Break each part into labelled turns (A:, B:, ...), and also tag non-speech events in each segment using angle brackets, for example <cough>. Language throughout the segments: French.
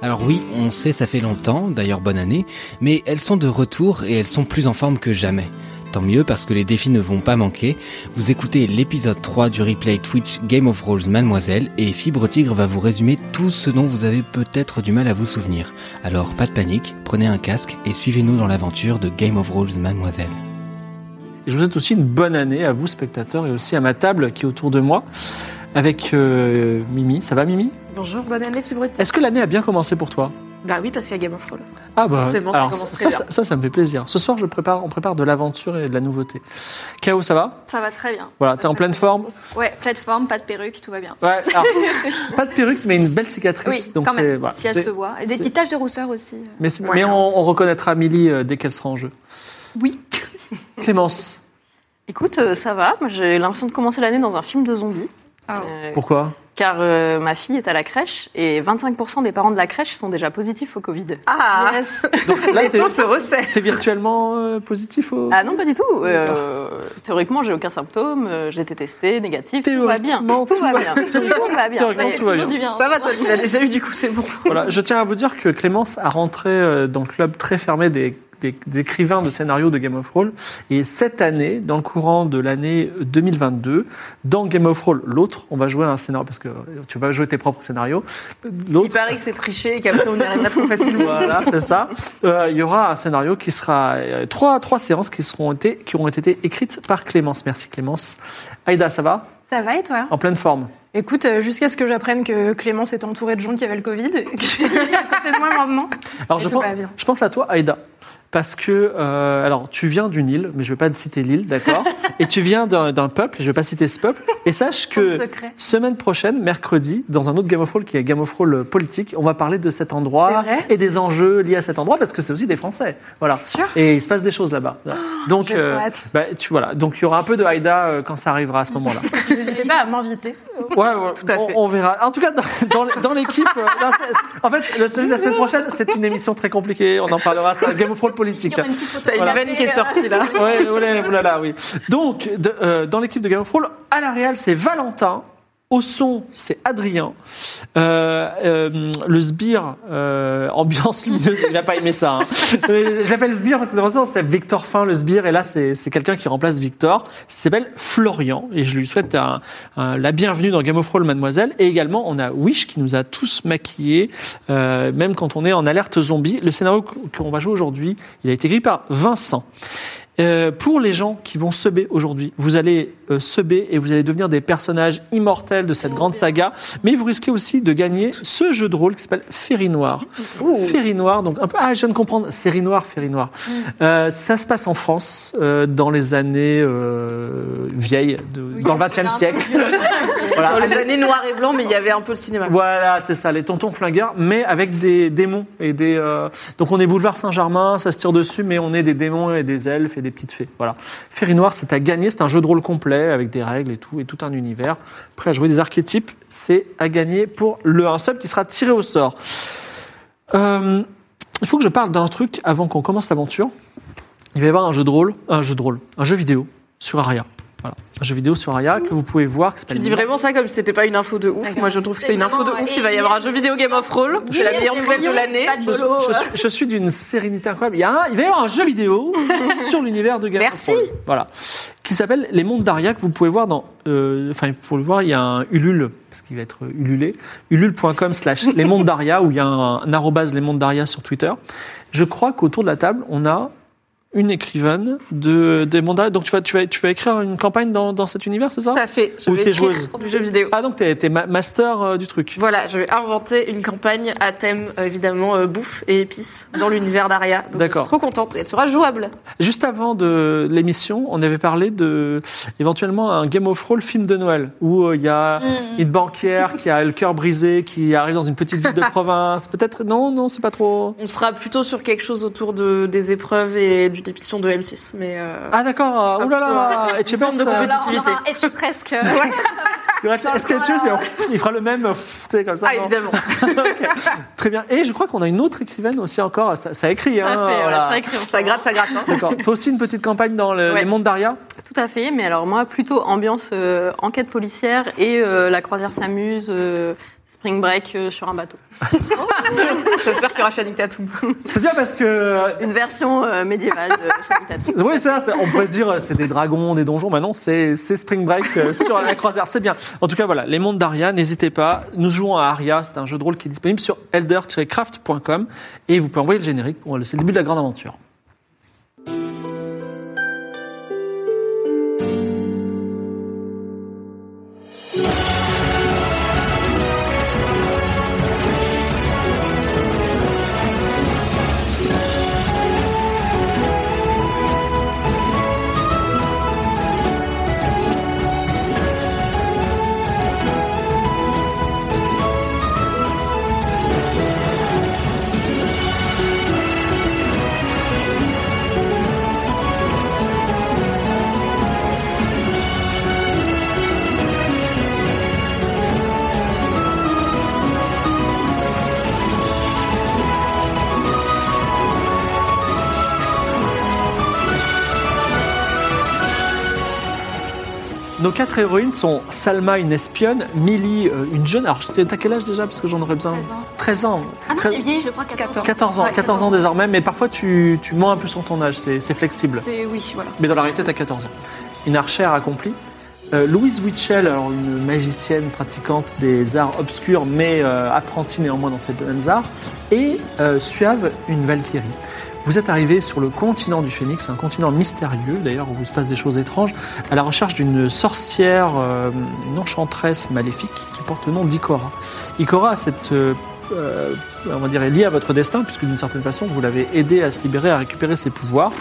A: Alors oui, on sait ça fait longtemps, d'ailleurs bonne année, mais elles sont de retour et elles sont plus en forme que jamais. Tant mieux parce que les défis ne vont pas manquer. Vous écoutez l'épisode 3 du replay Twitch Game of Rolls Mademoiselle et Fibre Tigre va vous résumer tout ce dont vous avez peut-être du mal à vous souvenir. Alors pas de panique, prenez un casque et suivez-nous dans l'aventure de Game of Rolls Mademoiselle.
B: Je vous souhaite aussi une bonne année à vous, spectateurs, et aussi à ma table qui est autour de moi, avec euh, Mimi. Ça va, Mimi
C: Bonjour, bonne année Fibroti.
B: Est-ce que l'année a bien commencé pour toi
C: Bah oui, parce qu'il y a Game of Thrones.
B: Ah bah,
C: Forcément, ça
B: alors
C: commence
B: ça,
C: très
B: ça,
C: bien.
B: ça, ça me fait plaisir. Ce soir, je prépare, on prépare de l'aventure et de la nouveauté. K.O., ça va
C: Ça va très bien.
B: Voilà, t'es en pleine forme
C: Ouais, plateforme, pas de perruque, tout va bien.
B: Ouais,
C: <laughs>
B: alors, pas de perruque, mais une belle cicatrice.
C: Oui,
B: donc
C: quand
B: c'est-
C: même,
B: voilà,
C: si elle
B: c'est-
C: se voit. Et des
B: c'est-
C: petites taches de rousseur aussi.
B: Mais, c'est-
C: Ouais,
B: mais
C: non.
B: on, on reconnaîtra Milly euh, dès qu'elle sera en jeu.
D: Oui.
B: Clémence,
D: Écoute, euh, ça va. Moi, J'ai l'impression de commencer l'année dans un film de zombies.
B: Ah.
D: Euh,
C: <laughs>
B: pourquoi
D: car euh, ma fille est à la crèche et 25% des parents de la crèche sont déjà positifs au Covid.
C: Ah
E: <laughs>
B: Donc là,
C: Les
B: t'es
C: taux se resserrent.
B: t'es virtuellement euh, positif au...
D: Ah non, pas du tout. Euh, théoriquement, j'ai aucun symptôme. euh, J'ai été testée, négative. Tout va bien.
B: Théoriquement,
D: Tout
B: tout
D: va
B: va-
D: bien. Tout va
B: <laughs>
D: bien.
B: Théoriquement,
D: Ça y est,
B: tout va
D: toujours
B: bien.
D: du bien.
C: Ça va, toi, tu l'as déjà eu, du coup, c'est bon.
B: Voilà, je tiens à vous dire que Clémence a rentré euh, dans le club très fermé des, des- des écrivains de scénarios de Game of Thrones. Et cette année, dans le courant de l'année 2022, dans Game of Thrones, l'autre, on va jouer un scénario, parce que tu vas pas jouer tes propres scénarios.
C: Il
B: L'autre,
C: paraît que c'est triché et qu'après, on n'y arrive pas trop facilement. <laughs>
B: voilà, c'est ça. Euh, Il y aura un scénario qui sera euh, trois, trois séances qui seront été, qui auront été écrites par Clémence. Merci Clémence. Aïda, ça va
E: Ça va et toi
B: En pleine forme.
E: Écoute, euh, jusqu'à ce que j'apprenne que Clémence est entourée de gens qui avaient le Covid, <laughs> qui est à côté de moi maintenant.
B: Alors
E: Et
B: je
E: tout
B: pense,
E: va bien.
B: je pense à toi, Aïda, parce que euh, alors tu viens d'une île, mais je vais pas te citer l'île,
E: <laughs>
B: d'accord Et tu viens d'un d'un peuple, je vais pas citer ce peuple. Et sache que
E: Sans secret.
B: semaine prochaine, mercredi, dans un autre Game of Thrones qui est Game of Thrones euh, politique, on va parler de cet endroit
E: C'est vrai
B: et des enjeux liés à cet endroit parce que c'est aussi des Français, voilà.
E: Sûr Oh,
B: Et il se passe des choses là-bas. Donc
E: j'ai trop hâte.
B: bah, tu voilà, donc il y aura un peu de Aïda euh, quand ça arrivera à ce moment-là.
E: N'hésitez pas à m'inviter.
C: <laughs>
B: Ouais, ouais,
C: Tout à
B: on,
C: fait.
B: on verra. En tout cas, dans, dans l- dans l'équipe. euh, non, c'est- en fait, le celui de la semaine prochaine, c'est une émission très compliquée. On en parlera. C'est un Game of Thrones politique.
C: T'as une
B: Voilà.
C: veine qui est sortie, là.
B: <laughs> Ouais, oh ouais, oulala, oui. Donc, de- euh, dans l'équipe de Game of Thrones, à la Real, c'est Valentin. Au son, c'est Adrien. Euh, euh, le sbire, euh, ambiance lumineuse, il n'a pas aimé ça. hein. Mais Je l'appelle sbire parce que dans l'instant, c'est Victor Fin, le sbire, et là, c'est c'est quelqu'un qui remplace Victor. Il s'appelle Florian, et je lui souhaite un- un- la bienvenue dans Game of Thrones, mademoiselle. Et également, on a Wish qui nous a tous maquillés, euh, même quand on est en alerte zombie. Le scénario qu'on va jouer aujourd'hui, il a été écrit par Vincent. Euh, pour les gens qui vont seber aujourd'hui, vous allez euh, seber et vous allez devenir des personnages immortels de cette grande saga, mais vous risquez aussi de gagner ce jeu de rôle qui s'appelle Ferry Noir. Ferry Noir, donc un peu... Ah, je viens de comprendre, Série Noire, Ferry Noir. Euh, ça se passe en France euh, dans les années euh, vieilles, de- dans le 20e siècle. Voilà,
C: <laughs> Dans les années noires et blancs, mais il y avait un peu le cinéma.
B: voilà, c'est ça, les tontons flingueurs, mais avec des démons et des. euh, Donc on est boulevard Saint-Germain, ça se tire dessus, mais on est des démons et des elfes et des petites fées. Voilà. Ferry Noir, c'est à gagner, c'est un jeu de rôle complet avec des règles et tout, et tout un univers. Prêt à jouer des archétypes, c'est à gagner pour le un sub qui sera tiré au sort. Euh, il faut que je parle d'un truc avant qu'on commence l'aventure. Il va y avoir un jeu de rôle, un jeu de rôle, un jeu vidéo sur Aria. Voilà, un jeu vidéo sur Aria que vous pouvez voir. qui s'appelle
C: Tu dis vraiment ça comme si c'était pas une info de ouf. Moi, je trouve que c'est une info de ouf. Il va y avoir un jeu vidéo Game of Thrones. C'est la meilleure nouvelle de l'année.
B: Je, je suis, je suis d'une sérénité incroyable. Il, y a un- il va y avoir un jeu vidéo sur l'univers de Game of
C: Merci.
B: Thrones. Voilà. Qui s'appelle Les Mondes d'Aria, que vous pouvez voir dans. euh, Enfin, pour le voir, il y a un Ulule, parce qu'il va être ululé. Ulule.com slash Les Mondes d'Aria, où il y a un, un arrobase Les Mondes d'Aria sur Twitter. Je crois qu'autour de la table, on a une écrivaine de, des mandats. Donc tu vas, tu, vas, tu vas écrire une campagne dans, dans cet univers, c'est ça
C: Tout à fait. Je
B: Ou
C: vais
B: t'es
C: écrire
B: joueuse.
C: du jeu vidéo.
B: Ah, donc t'es t'es ma- master euh, du truc.
C: Voilà, je vais inventer une campagne à thème, euh, évidemment, euh, bouffe et épices dans l'univers d'Aria. Donc, je
B: D'accord.
C: suis trop contente. Et elle sera jouable.
B: Juste avant de l'émission, on avait parlé de éventuellement un Game of Thrones film de Noël où euh, il y a
C: Mm.
B: une banquière qui a le cœur brisé, qui arrive dans une petite ville de
C: <laughs>
B: province. Peut-être non, non, c'est pas trop.
C: On sera plutôt sur quelque chose autour de, des épreuves et du dépition de M6. Mais euh,
B: Ah d'accord.
C: sera
B: Ouh là là. Et tu
F: hein.
C: forme de compétition. Compétitivité.
G: Et tu presque.
B: Est-ce que tu veux, il fera le même, euh, tu sais comme ça.
C: Ah,
B: non
C: <laughs> évidemment.
B: Très bien. Et je crois qu'on a une autre écrivaine aussi encore. Ça, ça écrit.
D: Tout à
B: Hein,
D: fait, voilà,
B: voilà.
D: c'est écrit, on
C: ça
D: s'en-
C: gratte, ça gratte. hein.
B: D'accord. Toi aussi une petite campagne dans le,
D: Ouais.
B: les mondes d'Aria.
D: Tout à fait, mais alors moi, plutôt ambiance euh, enquête policière et euh, la croisière s'amuse, euh, spring break euh, sur un bateau.
C: J'espère qu'il y aura Channing Tatum.
B: C'est bien parce que
D: Une version euh, médiévale de Shannon Tatum.
B: Oui, c'est ça. c'est- On pourrait se dire euh, c'est des dragons, des donjons. Maintenant, c'est c'est Spring Break euh, sur la croisière. C'est bien. En tout cas, voilà, les mondes d'Aria. N'hésitez pas. Nous jouons à Aria. C'est un jeu de rôle qui est disponible sur elder-craft.com et vous pouvez envoyer le générique. pour le- C'est le début de la grande aventure. Nos quatre héroïnes sont Salma, une espionne, Millie, euh, une jeune. Alors, t'as quel âge déjà Parce que j'en aurais besoin. 13 ans.
G: Ah non,
B: Treize-
G: il est vieille, je crois, 14.
B: 14 ans,
G: Ouais,
B: 14 ans désormais, mais parfois tu, tu mens un peu sur ton âge, c'est c'est flexible.
G: C'est- Oui, voilà.
B: Mais dans la réalité, t'as 14 ans. Une archère accomplie. Euh, Louise Witchell, alors une magicienne pratiquante des arts obscurs, mais euh, apprentie néanmoins dans ces mêmes arts. Et euh, Suave, une valkyrie. Vous êtes arrivé sur le continent du Phénix, un continent mystérieux d'ailleurs où il se passe des choses étranges, à la recherche d'une sorcière, euh, une enchanteresse maléfique qui porte le nom d'Ikora. Ikora a cette euh, euh, on va dire, est liée à votre destin, puisque d'une certaine façon, vous l'avez aidée à se libérer, à récupérer ses pouvoirs.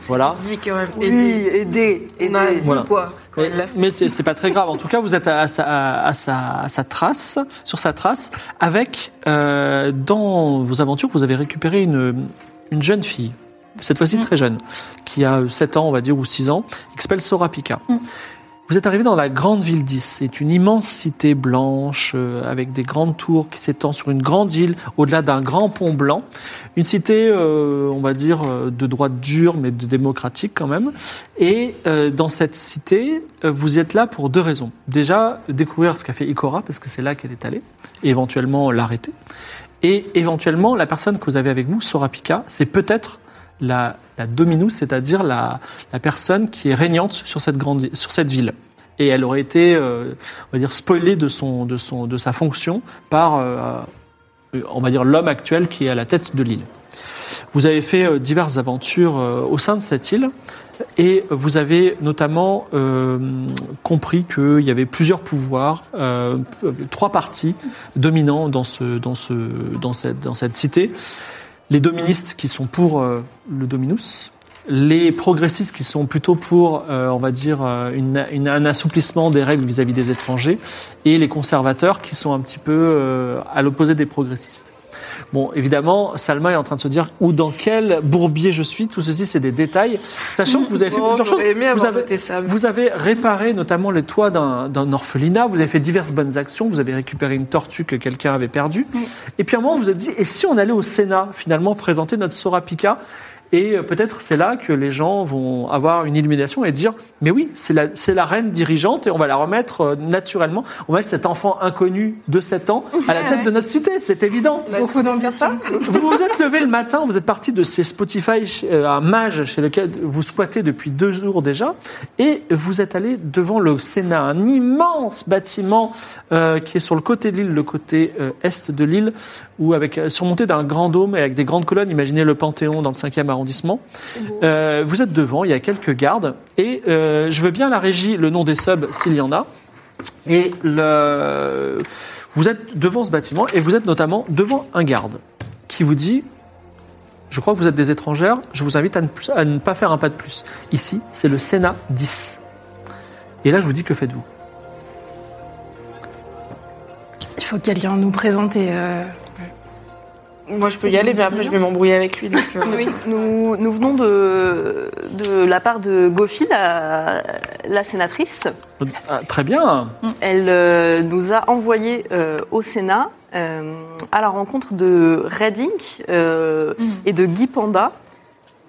B: voilà.
C: <laughs> Dis quand même.
D: aider,
C: Et non,
B: Voilà.
C: quoi quand
B: Mais,
C: elle l'a fait.
B: mais c'est c'est pas très grave. En tout cas, vous êtes à, à sa, à- à sa- à sa trace, sur sa trace, avec euh, dans vos aventures, vous avez récupéré une, une jeune fille, cette fois-ci très jeune, qui a euh, 7 ans, on va dire, ou 6 ans, qui s'appelle Sora Pika. Vous êtes arrivé dans la grande ville 10. C'est une immense cité blanche euh, avec des grandes tours qui s'étend sur une grande île au-delà d'un grand pont blanc. Une cité, euh, on va dire, euh, de droite dure mais de démocratique quand même. Et euh, dans cette cité, euh, vous êtes là pour deux raisons. Déjà, découvrir ce qu'a fait Ikora, parce que c'est là qu'elle est allée, et éventuellement l'arrêter. Et éventuellement, la personne que vous avez avec vous, Sorapika, c'est peut-être la, la dominus, c'est-à-dire la, la personne qui est régnante sur cette, grande, sur cette ville. Et elle aurait été, euh, on va dire, spoilée de, son, de, son, de sa fonction par, euh, euh, on va dire, l'homme actuel qui est à la tête de l'île. Vous avez fait euh, diverses aventures euh, au sein de cette île. Et vous avez notamment euh, compris qu'il y avait plusieurs pouvoirs, euh, trois partis dominants dans, ce, dans, ce, dans, cette, dans cette cité. Les doministes qui sont pour euh, le dominus, les progressistes qui sont plutôt pour, euh, on va dire, euh, une- une- un assouplissement des règles vis-à-vis des étrangers, et les conservateurs qui sont un petit peu euh, à l'opposé des progressistes. Bon, évidemment, Salma est en train de se dire où dans quel bourbier je suis. Tout ceci, c'est des détails. Sachant que vous avez fait
C: Oh,
B: plusieurs choses.
C: j'aurais aimé
B: Vous
C: avoir
B: avez-
C: voté ça.
B: vous avez réparé notamment le toit d'un d'un orphelinat, vous avez fait diverses bonnes actions, vous avez récupéré une tortue que quelqu'un avait perdue. Et puis à un moment, vous vous êtes dit, et si on allait au Sénat, finalement, présenter notre Sorapika Et euh, peut-être c'est là que les gens vont avoir une illumination et dire, mais oui, c'est la, c'est la reine dirigeante et on va la remettre euh, naturellement, on va mettre cet enfant inconnu de 7 ans à la tête de notre cité, c'est évident.
E: Beaucoup d'ambition.
B: Vous vous êtes levé le matin, vous êtes parti de ces Spotify, chez- euh, un mage chez lequel vous squattez depuis deux jours déjà, et vous êtes allé devant le Sénat, un immense bâtiment euh, qui est sur le côté de l'île, le côté euh, est de l'île, où avec euh, surmonté d'un grand dôme et avec des grandes colonnes, imaginez le Panthéon dans le 5e arrondissement. Euh, vous êtes devant, il y a quelques gardes. Et euh, je veux bien la régie, le nom des subs, s'il y en a. Et le... vous êtes devant ce bâtiment et vous êtes notamment devant un garde qui vous dit Je crois que vous êtes des étrangères, je vous invite à ne, plus- à ne pas faire un pas de plus. Ici, c'est le Sénat 10. Et là, je vous dis Que faites-vous
E: Il faut que quelqu'un nous présente et. euh,
C: Moi, je peux y aller, mais après, je vais m'embrouiller avec lui. donc, euh,
D: Oui, nous, nous venons de, de la part de Goffy, la, la sénatrice.
B: Ah, Très bien
D: Elle euh, nous a envoyé euh, au Sénat euh, à la rencontre de Redding euh,
B: Mm.
D: et de Guy Panda,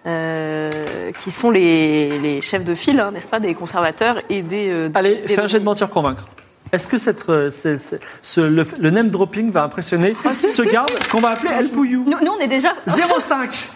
D: euh, qui sont les, les chefs de file, hein, n'est-ce pas, des conservateurs et des... euh,
B: Allez,
D: des
B: fais un jet de
D: lobbyistes.
B: mentir convaincre. Est-ce que cette, euh, c'est- c'est- ce- le, le name dropping va impressionner
F: Ah,
B: ce garde qu'on va appeler El Pouillou
F: Nous, nous, on est déjà. <laughs> Ah.
B: 05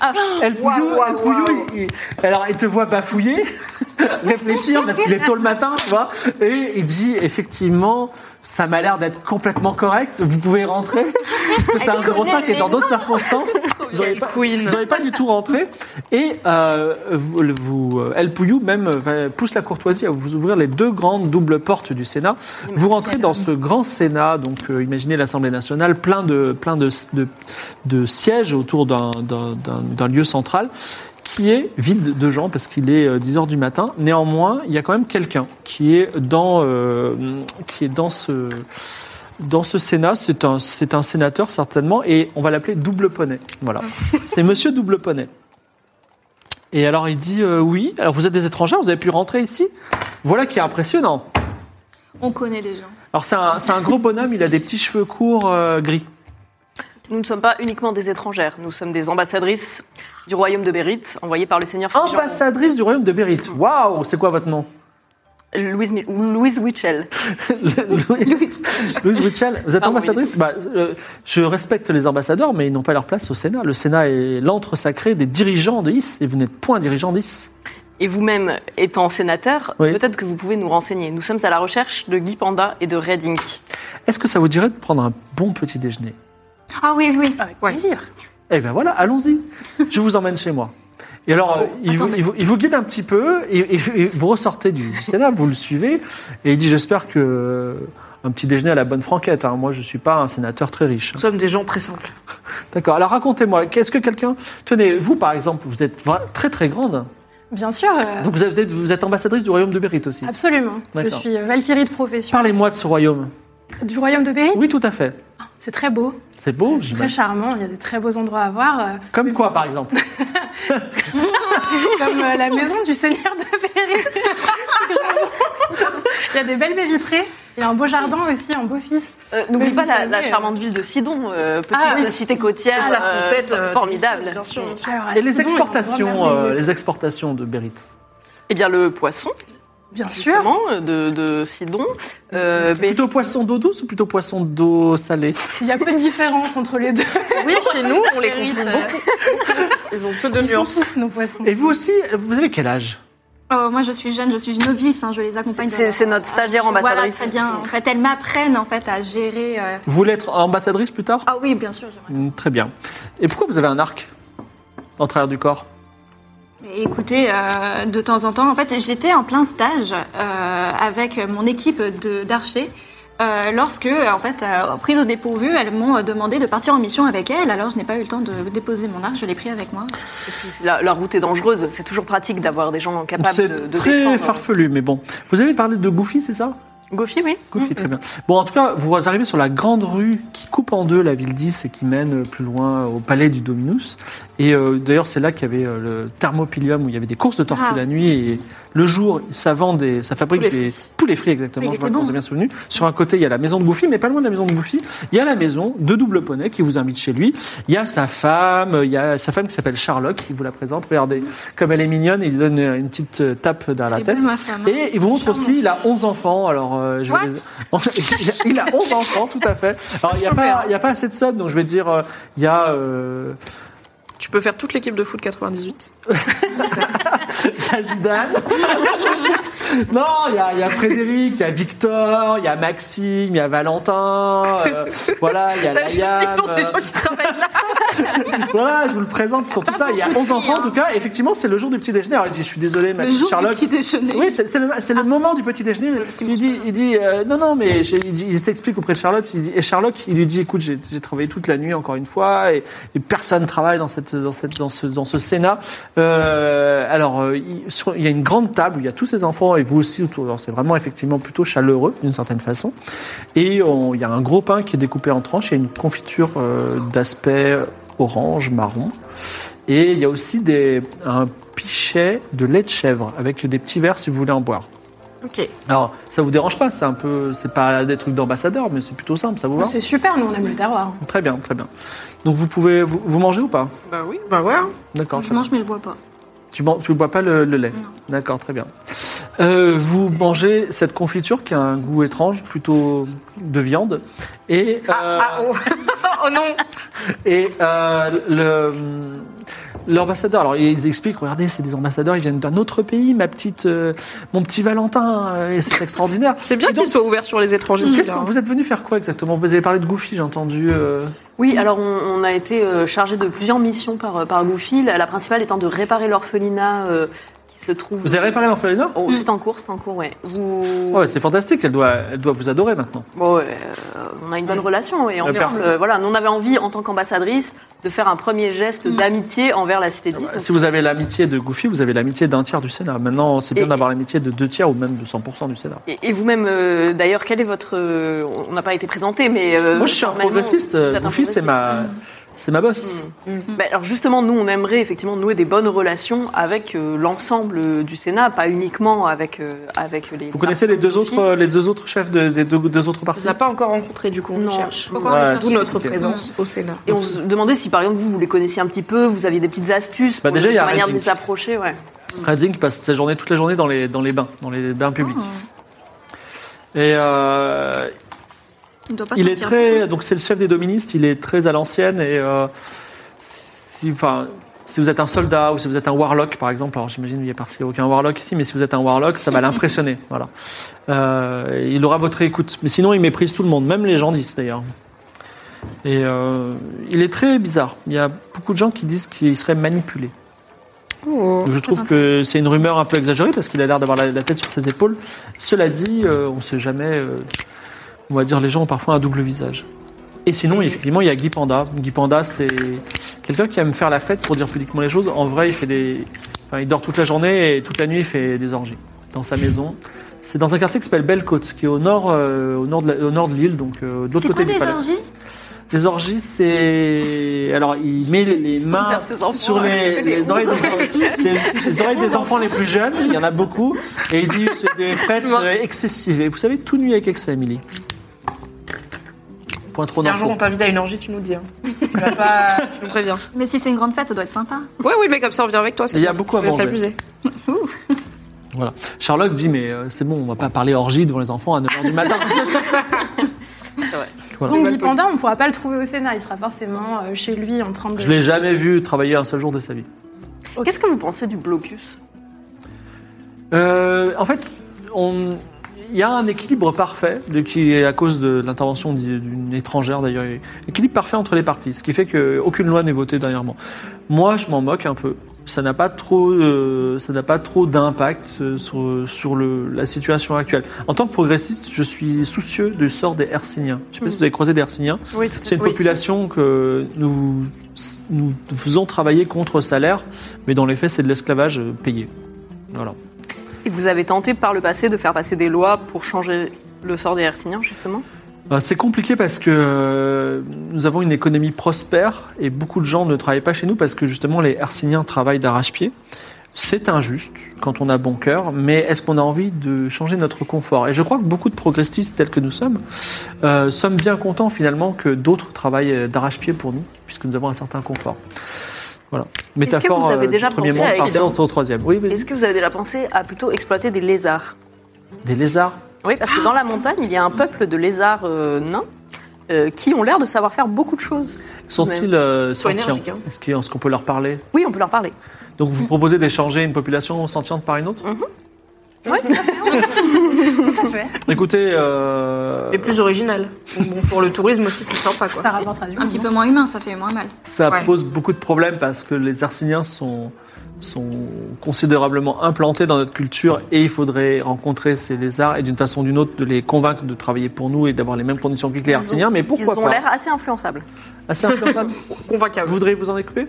B: El Pouillou, El Pouillou, il- il- alors il te voit bafouiller, <laughs> réfléchir parce qu'il est tôt le matin, tu vois, et il dit effectivement, ça m'a l'air d'être complètement correct, vous pouvez
F: <laughs>
B: rentrer, puisque c'est un 05 et dans d'autres circonstances, j'aurais pas, j'aurais pas du tout rentré. Et euh, vous, le- vous, euh, El Pouillou même va- pousse la courtoisie à vous ouvrir les deux grandes doubles portes du Sénat. Vous rentrez dans ce grand Sénat, donc euh, imaginez l'Assemblée nationale, plein de, plein de, de, de sièges autour d'un- d'un d'un- d'un lieu central qui est vide de gens parce qu'il est 10h du matin. Néanmoins, il y a quand même quelqu'un qui est dans, euh, qui est dans ce... Dans ce Sénat, c'est un, c'est un sénateur certainement, et on va l'appeler Double Poney. Voilà. C'est Monsieur Double Poney. Et alors il dit euh, Oui, alors vous êtes des étrangers, vous avez pu rentrer ici Voilà qui est impressionnant.
F: On connaît des gens.
B: Alors c'est un, c'est un gros bonhomme, il a des petits cheveux courts euh, gris.
D: Nous ne sommes pas uniquement des étrangères, nous sommes des ambassadrices du royaume de Bérite, envoyées par le seigneur Fulgent.
B: Ambassadrice du royaume de Bérite. Waouh, c'est quoi votre nom <laughs>
D: Louise, Mi- Louise Witchell.
B: Louise Louise Witchell, vous êtes
D: Pardon,
B: ambassadrice Bah, euh, Je respecte les ambassadeurs, mais ils n'ont pas leur place au Sénat. Le Sénat est l'antre sacré des dirigeants de IS, et vous n'êtes point dirigeant d'IS.
D: Et vous-même, étant sénateur,
B: Oui.
D: peut-être que vous pouvez nous renseigner. Nous sommes à la recherche de Guy Panda et de Red Inc.
B: Est-ce que ça vous dirait de prendre un bon petit déjeuner
F: Ah oui, oui.
B: Eh bien voilà, allons-y. Je vous emmène chez moi. Et alors,
E: Ah
B: euh, il, vous, il vous- il vous guide un petit peu, et, et- et vous ressortez du, du Sénat, vous le suivez, et il dit J'espère que. euh, Un petit déjeuner à la bonne franquette. hein. Moi, je ne suis pas un sénateur très riche. hein.
C: Nous sommes des gens très simples.
B: D'accord. Alors, racontez-moi, qu'est-ce que quelqu'un. Tenez, vous, par exemple, vous êtes vra- très, très grande.
E: Bien sûr, euh,
B: Donc, vous êtes, vous êtes ambassadrice du royaume de Bérite aussi.
E: absolument. Je
B: D'accord.
E: suis Valkyrie de profession.
B: Parlez-moi de ce royaume.
E: Du royaume de Bérite
B: Oui, tout à fait.
E: C'est très beau,
B: C'est beau,
E: c'est très
B: j'imagine.
E: charmant, il y a des très beaux endroits à
C: <laughs>
E: voir, euh,
B: Comme quoi, par exemple
E: comme euh, la maison du seigneur de
C: <laughs>
E: Bérite. il y a des belles baies vitrées, il y a un beau jardin aussi, un beau fils.
D: Euh, N'oublie
E: Mais
D: pas
E: vous
D: la,
E: savez,
D: la
E: euh,
D: charmante ville de Sidon, euh, petite
E: Ah, oui.
D: cité côtière,
C: Ah, ça fout
D: euh,
C: tête, euh,
D: formidable.
C: délicieuse, bien sûr.
D: Mm.
E: Alors, à
B: Et les
E: Sidon, il y a un endroit
B: exportations, euh,
E: merveilleux.
B: les exportations de Bérite
D: Eh bien, le poisson,
E: Bien sûr.
D: justement, euh, de, de Sidon. Euh, mais-
B: Plutôt poisson d'eau douce ou plutôt poisson d'eau salée
E: Il y a peu de différence entre les deux.
C: Oui, chez nous, on les confond beaucoup. Ils ont peu <laughs> de
E: Ils font
C: nuances.
E: pouf, nos poissons.
B: Et vous aussi, vous avez quel âge
F: Oh, moi, je suis jeune, je suis une novice, hein, je les accompagne.
D: C'est-
F: dans-
D: c'est notre stagiaire
F: Voilà,
D: ambassadrice.
F: très bien. En fait, elles m'apprennent en fait, à gérer. euh,
B: Vous voulez être ambassadrice plus tard
F: Ah oui, bien sûr, j'aimerais.
B: Hmm, Très bien. Et pourquoi vous avez un arc en travers du corps
F: Mais Écoutez, euh, de temps en temps, en fait, j'étais en plein stage euh, avec mon équipe de- d'archers. euh, lorsque, en fait, euh, prise au dépourvu, elles m'ont demandé de partir en mission avec elles. Alors, je n'ai pas eu le temps de déposer mon arc, je l'ai pris avec moi.
D: la, la route est dangereuse, c'est toujours pratique d'avoir des gens capables
B: C'est
D: de, de
B: très
D: défendre.
B: farfelu, mais bon. Vous avez parlé de Goofy, c'est ça
D: Goffy, oui.
B: Goofy, très bien. Bon, en tout cas, vous arrivez sur la grande rue qui coupe en deux la ville 10 et qui mène euh, plus loin au palais du Dominus. Et euh, d'ailleurs, c'est là qu'il y avait euh, le thermopilium où il y avait des courses de tortues
F: Ah.
B: la nuit et le jour, ça vend des, ça fabrique
D: Poulets
B: des poulets frits exactement.
F: Mais il
B: Je
F: était
B: vois que
F: bon.
B: vous avez bien souvenu. Sur un côté, il y a la maison de Goofy, mais pas loin de la maison de Goofy, il y a la maison de double poney qui vous invite chez lui. Il y a sa femme, il y a sa femme qui s'appelle Charlotte qui vous la présente. Regardez, comme elle est mignonne, il lui donne une petite euh, tape dans la
F: Elle est
B: tête.
F: belle, ma femme, hein.
B: Et il vous montre aussi, il a 11 enfants. Alors, euh, je vais
F: What
B: les- il, a, <laughs> il a 11 enfants, tout à fait. Alors, il n'y a, pas- il y a pas assez de sommes, donc je vais dire, euh, il y a. euh, <laughs>
C: Tu peux faire toute l'équipe de foot 98.
B: Jazzy Dan. <laughs> Non, il y a, il y a Frédéric, il y a Victor, il y a Maxime, il y a Valentin. euh, voilà,
F: <laughs>
B: il y a
C: T'as juste dit
B: Laïane,
C: tous les
B: euh,
C: gens qui travaillent là.
B: Voilà, je vous le présente, ils sont tous là. Il y a 11 enfants en tout cas. Effectivement, c'est le jour du petit déjeuner. Alors il dit, je suis désolé, ma
F: Le
B: petite
F: jour
B: Charlotte.
F: du petit déjeuner.
B: Oui, c'est c'est le, c'est le moment du petit déjeuner. Il dit, il dit euh, non, non, mais j'ai- il, dit- il s'explique auprès de Charlotte. Il dit, et Charlotte, il lui dit, écoute, j'ai j'ai travaillé toute la nuit encore une fois, et, et personne travaille dans cette, dans cette, dans ce, dans ce Sénat. Euh, alors, euh, il, sur- il y a une grande table où il y a tous ces enfants et vous aussi autour. Alors, C'est vraiment effectivement plutôt chaleureux d'une certaine façon. Et on- il y a un gros pain qui est découpé en tranches. Il y a une confiture euh, d'aspect orange, marron. Et il y a aussi des, un pichet de lait de chèvre avec des petits verres si vous voulez en boire.
C: Ok.
B: Alors, ça vous dérange pas, c'est un peu, c'est pas des trucs d'ambassadeur, mais c'est plutôt simple, ça vous va
E: Oh, C'est super, nous on aime le terroir.
B: Très bien, très bien. Donc vous pouvez, vous, vous mangez ou pas
C: Bah oui. Bah ouais.
B: D'accord.
F: Je
B: très bien.
F: mange mais je bois pas.
B: Tu ne bois pas le, le lait D'accord, très bien. Euh, vous mangez cette confiture qui a un goût étrange, plutôt de viande, et euh,
C: Ah, ah, oh. <laughs> oh non.
B: Et euh, le. L'ambassadeur, alors ils expliquent, regardez, c'est des ambassadeurs, ils viennent d'un autre pays, ma petite, euh, mon petit Valentin, euh, et c'est extraordinaire.
C: C'est bien
B: Dis donc,
C: qu'il soit ouvert sur les étrangers.
B: qu'est-ce
C: celui-là. hein.
B: que- vous êtes venu faire quoi exactement Vous avez parlé de Goofy, j'ai entendu. euh,
D: Oui, alors on, on a été euh, chargé de plusieurs missions par, euh, par Goofy. La, la principale étant de réparer l'orphelinat euh, qui se trouve.
B: Vous avez réparé l'orphelinat
D: Oh, C'est en cours, c'est en cours, ouais. Vous.
B: Ouais, c'est fantastique, elle doit, elle doit vous adorer maintenant.
D: Bon, ouais, euh, on a une bonne relation et ensemble,
B: père.
D: euh, voilà, nous, on avait envie en tant qu'ambassadrice de faire un premier geste d'amitié envers la cité 10.
B: Ah bah, Si vous avez l'amitié de Goofy, vous avez l'amitié d'un tiers du Sénat. Maintenant, c'est bien
D: Et-
B: d'avoir l'amitié de deux tiers ou même de 100% du Sénat.
D: Et, et vous-même, euh, d'ailleurs, quel est votre euh, on n'a pas été présenté, mais euh,
B: Moi, je suis un
D: formellement,
B: progressiste,
D: vous êtes un
B: Goofy, c'est
D: progressiste. Mm.
B: ma, c'est ma boss.
D: Bah, alors justement, nous, on aimerait effectivement nouer des bonnes relations avec euh, l'ensemble euh, du Sénat, pas uniquement avec euh, avec les.
B: Vous connaissez les deux
D: Goofy.
B: autres, euh, les deux autres chefs de- des deux, deux autres
C: On
B: partis
C: les a pas encore rencontrés du coup. On
D: Non.
C: cherche.
E: Pourquoi on les
B: Ouais,
E: cherche
C: D'où notre
B: Ok.
C: présence au Sénat.
D: Et on se demandait si, par exemple, vous, vous les connaissiez un petit peu, vous aviez des petites astuces
B: Bah,
D: pour
B: déjà, il y a
D: la manière de
B: Redding.
D: les approcher, ouais.
B: Redding passe sa journée, toute la journée dans les, dans les bains, dans les bains publics.
D: Ah.
B: Et euh,
F: Il doit pas
B: il est
F: sentir.
B: très, donc c'est le chef des doministes, il est très à l'ancienne et euh, si, enfin, si vous êtes un soldat ou si vous êtes un warlock par exemple, alors j'imagine qu'il n'y a parce qu'il y a aucun warlock ici, mais si vous êtes un warlock,
F: <laughs>
B: ça va l'impressionner, voilà. Euh, il aura votre écoute, mais sinon il méprise tout le monde, même les gens disent d'ailleurs. Et euh, il est très bizarre. Il y a beaucoup de gens qui disent qu'il serait manipulé. Je trouve que c'est une rumeur un peu exagérée parce qu'il a l'air d'avoir la, la tête sur ses épaules. Cela dit, euh, on ne sait jamais. euh, on va dire les gens ont parfois un double visage. Et sinon, effectivement, il y a Guy Panda. Guy Panda, c'est quelqu'un qui aime faire la fête pour dire publiquement les choses. En vrai, il fait des, enfin, il dort toute la journée et toute la nuit, il fait des orgies dans sa maison. C'est dans un quartier qui s'appelle Belle-Côte, qui est au nord, euh, au nord de la- au nord de l'île, donc euh, de l'autre
F: C'est
B: côté du
F: quoi des
B: palais.
F: orgies
B: Les orgies, c'est. Alors, il met les, les mains
D: vers ses enfants,
B: sur les, les oreilles, des, les- les oreilles des enfants les plus jeunes, il y en a beaucoup, et il dit c'est des fêtes euh, excessives. Et vous savez, tout nuit avec excès, Emily. Point trop
C: Si un jour
B: d'infos.
C: on t'invite à une orgie, tu nous dis. hein. Tu vas pas. Tu nous préviens.
F: Mais si c'est une grande fête, ça doit être sympa.
C: Ouais, oui, mais comme ça on vient avec toi. c'est
B: Il y a
C: cool.
B: beaucoup à
C: On va
B: manger.
C: s'amuser.
B: Voilà. Charlotte dit mais euh, c'est bon, on va pas parler orgie devant les enfants à 9h du matin. Voilà.
E: Donc, Guy Panda, on pourra pas le trouver au Sénat, il sera forcément euh, chez lui en train de.
B: Je l'ai jamais vu travailler un seul jour de sa vie.
D: Qu'est-ce que vous pensez du blocus
B: Euh, en fait, on- il y a un équilibre parfait, de, qui est à cause de l'intervention d'i- d'une étrangère d'ailleurs, et- équilibre parfait entre les partis, ce qui fait qu'aucune loi n'est votée dernièrement. Moi, je m'en moque un peu. Ça n'a pas trop, euh, ça n'a pas trop d'impact euh, sur, sur le- la situation actuelle. En tant que progressiste, je suis soucieux du sort des Herciniens. Je ne sais pas si vous avez croisé des Herciniens.
D: Oui, tout
B: C'est une population que nous, nous faisons travailler contre salaire, mais dans les faits, c'est de l'esclavage euh, payé. Voilà.
D: Et vous avez tenté par le passé de faire passer des lois pour changer le sort des Herciniens, justement
B: Euh, C'est compliqué parce que euh, nous avons une économie prospère et beaucoup de gens ne travaillent pas chez nous parce que justement les Herciniens travaillent d'arrache-pied. C'est injuste quand on a bon cœur, mais est-ce qu'on a envie de changer notre confort Et je crois que beaucoup de progressistes tels que nous sommes euh, sommes bien contents finalement que d'autres travaillent euh, d'arrache-pied pour nous puisque nous avons un certain confort. Voilà. Métaphore
D: vous avez
B: euh,
D: déjà
B: du premier
D: pensé
B: monde,
D: à
B: partir
D: Exodus
B: au troisième. Oui, vas-y.
D: Est-ce que vous avez déjà pensé à plutôt exploiter des lézards
B: Des lézards.
D: Oui, parce que dans la montagne, il y a un peuple de lézards euh, nains euh, qui ont l'air de savoir faire beaucoup de choses.
B: Sont-ils euh,
C: Sois
B: sentients
C: énergique, hein.
B: Est-ce qu'il- est-ce qu'on peut leur parler
D: Oui, on peut leur parler. Mhm.
B: Donc vous proposez d'échanger une population sentiente par une autre
D: <laughs>
E: Tout à fait.
B: Écoutez, euh,
C: Mais plus original. Donc bon, pour le tourisme aussi, c'est sympa, quoi.
E: Ça
B: Ah,
E: rapportera du
F: Un petit peu moins humain, ça fait moins mal.
B: ça
C: ouais.
B: pose beaucoup de problèmes parce que les Arsiniens sont, sont considérablement implantés dans notre culture et il faudrait rencontrer ces lézards et d'une façon ou d'une autre de les convaincre de travailler pour nous et d'avoir les mêmes conditions que les
D: Ils ont-
B: Arsiniens. Mais
D: Ils
B: pourquoi
D: ont
B: pas
D: l'air assez influençables.
B: Assez
D: <laughs>
B: influençable.
C: Convaincable.
B: Vous voudriez vous en occuper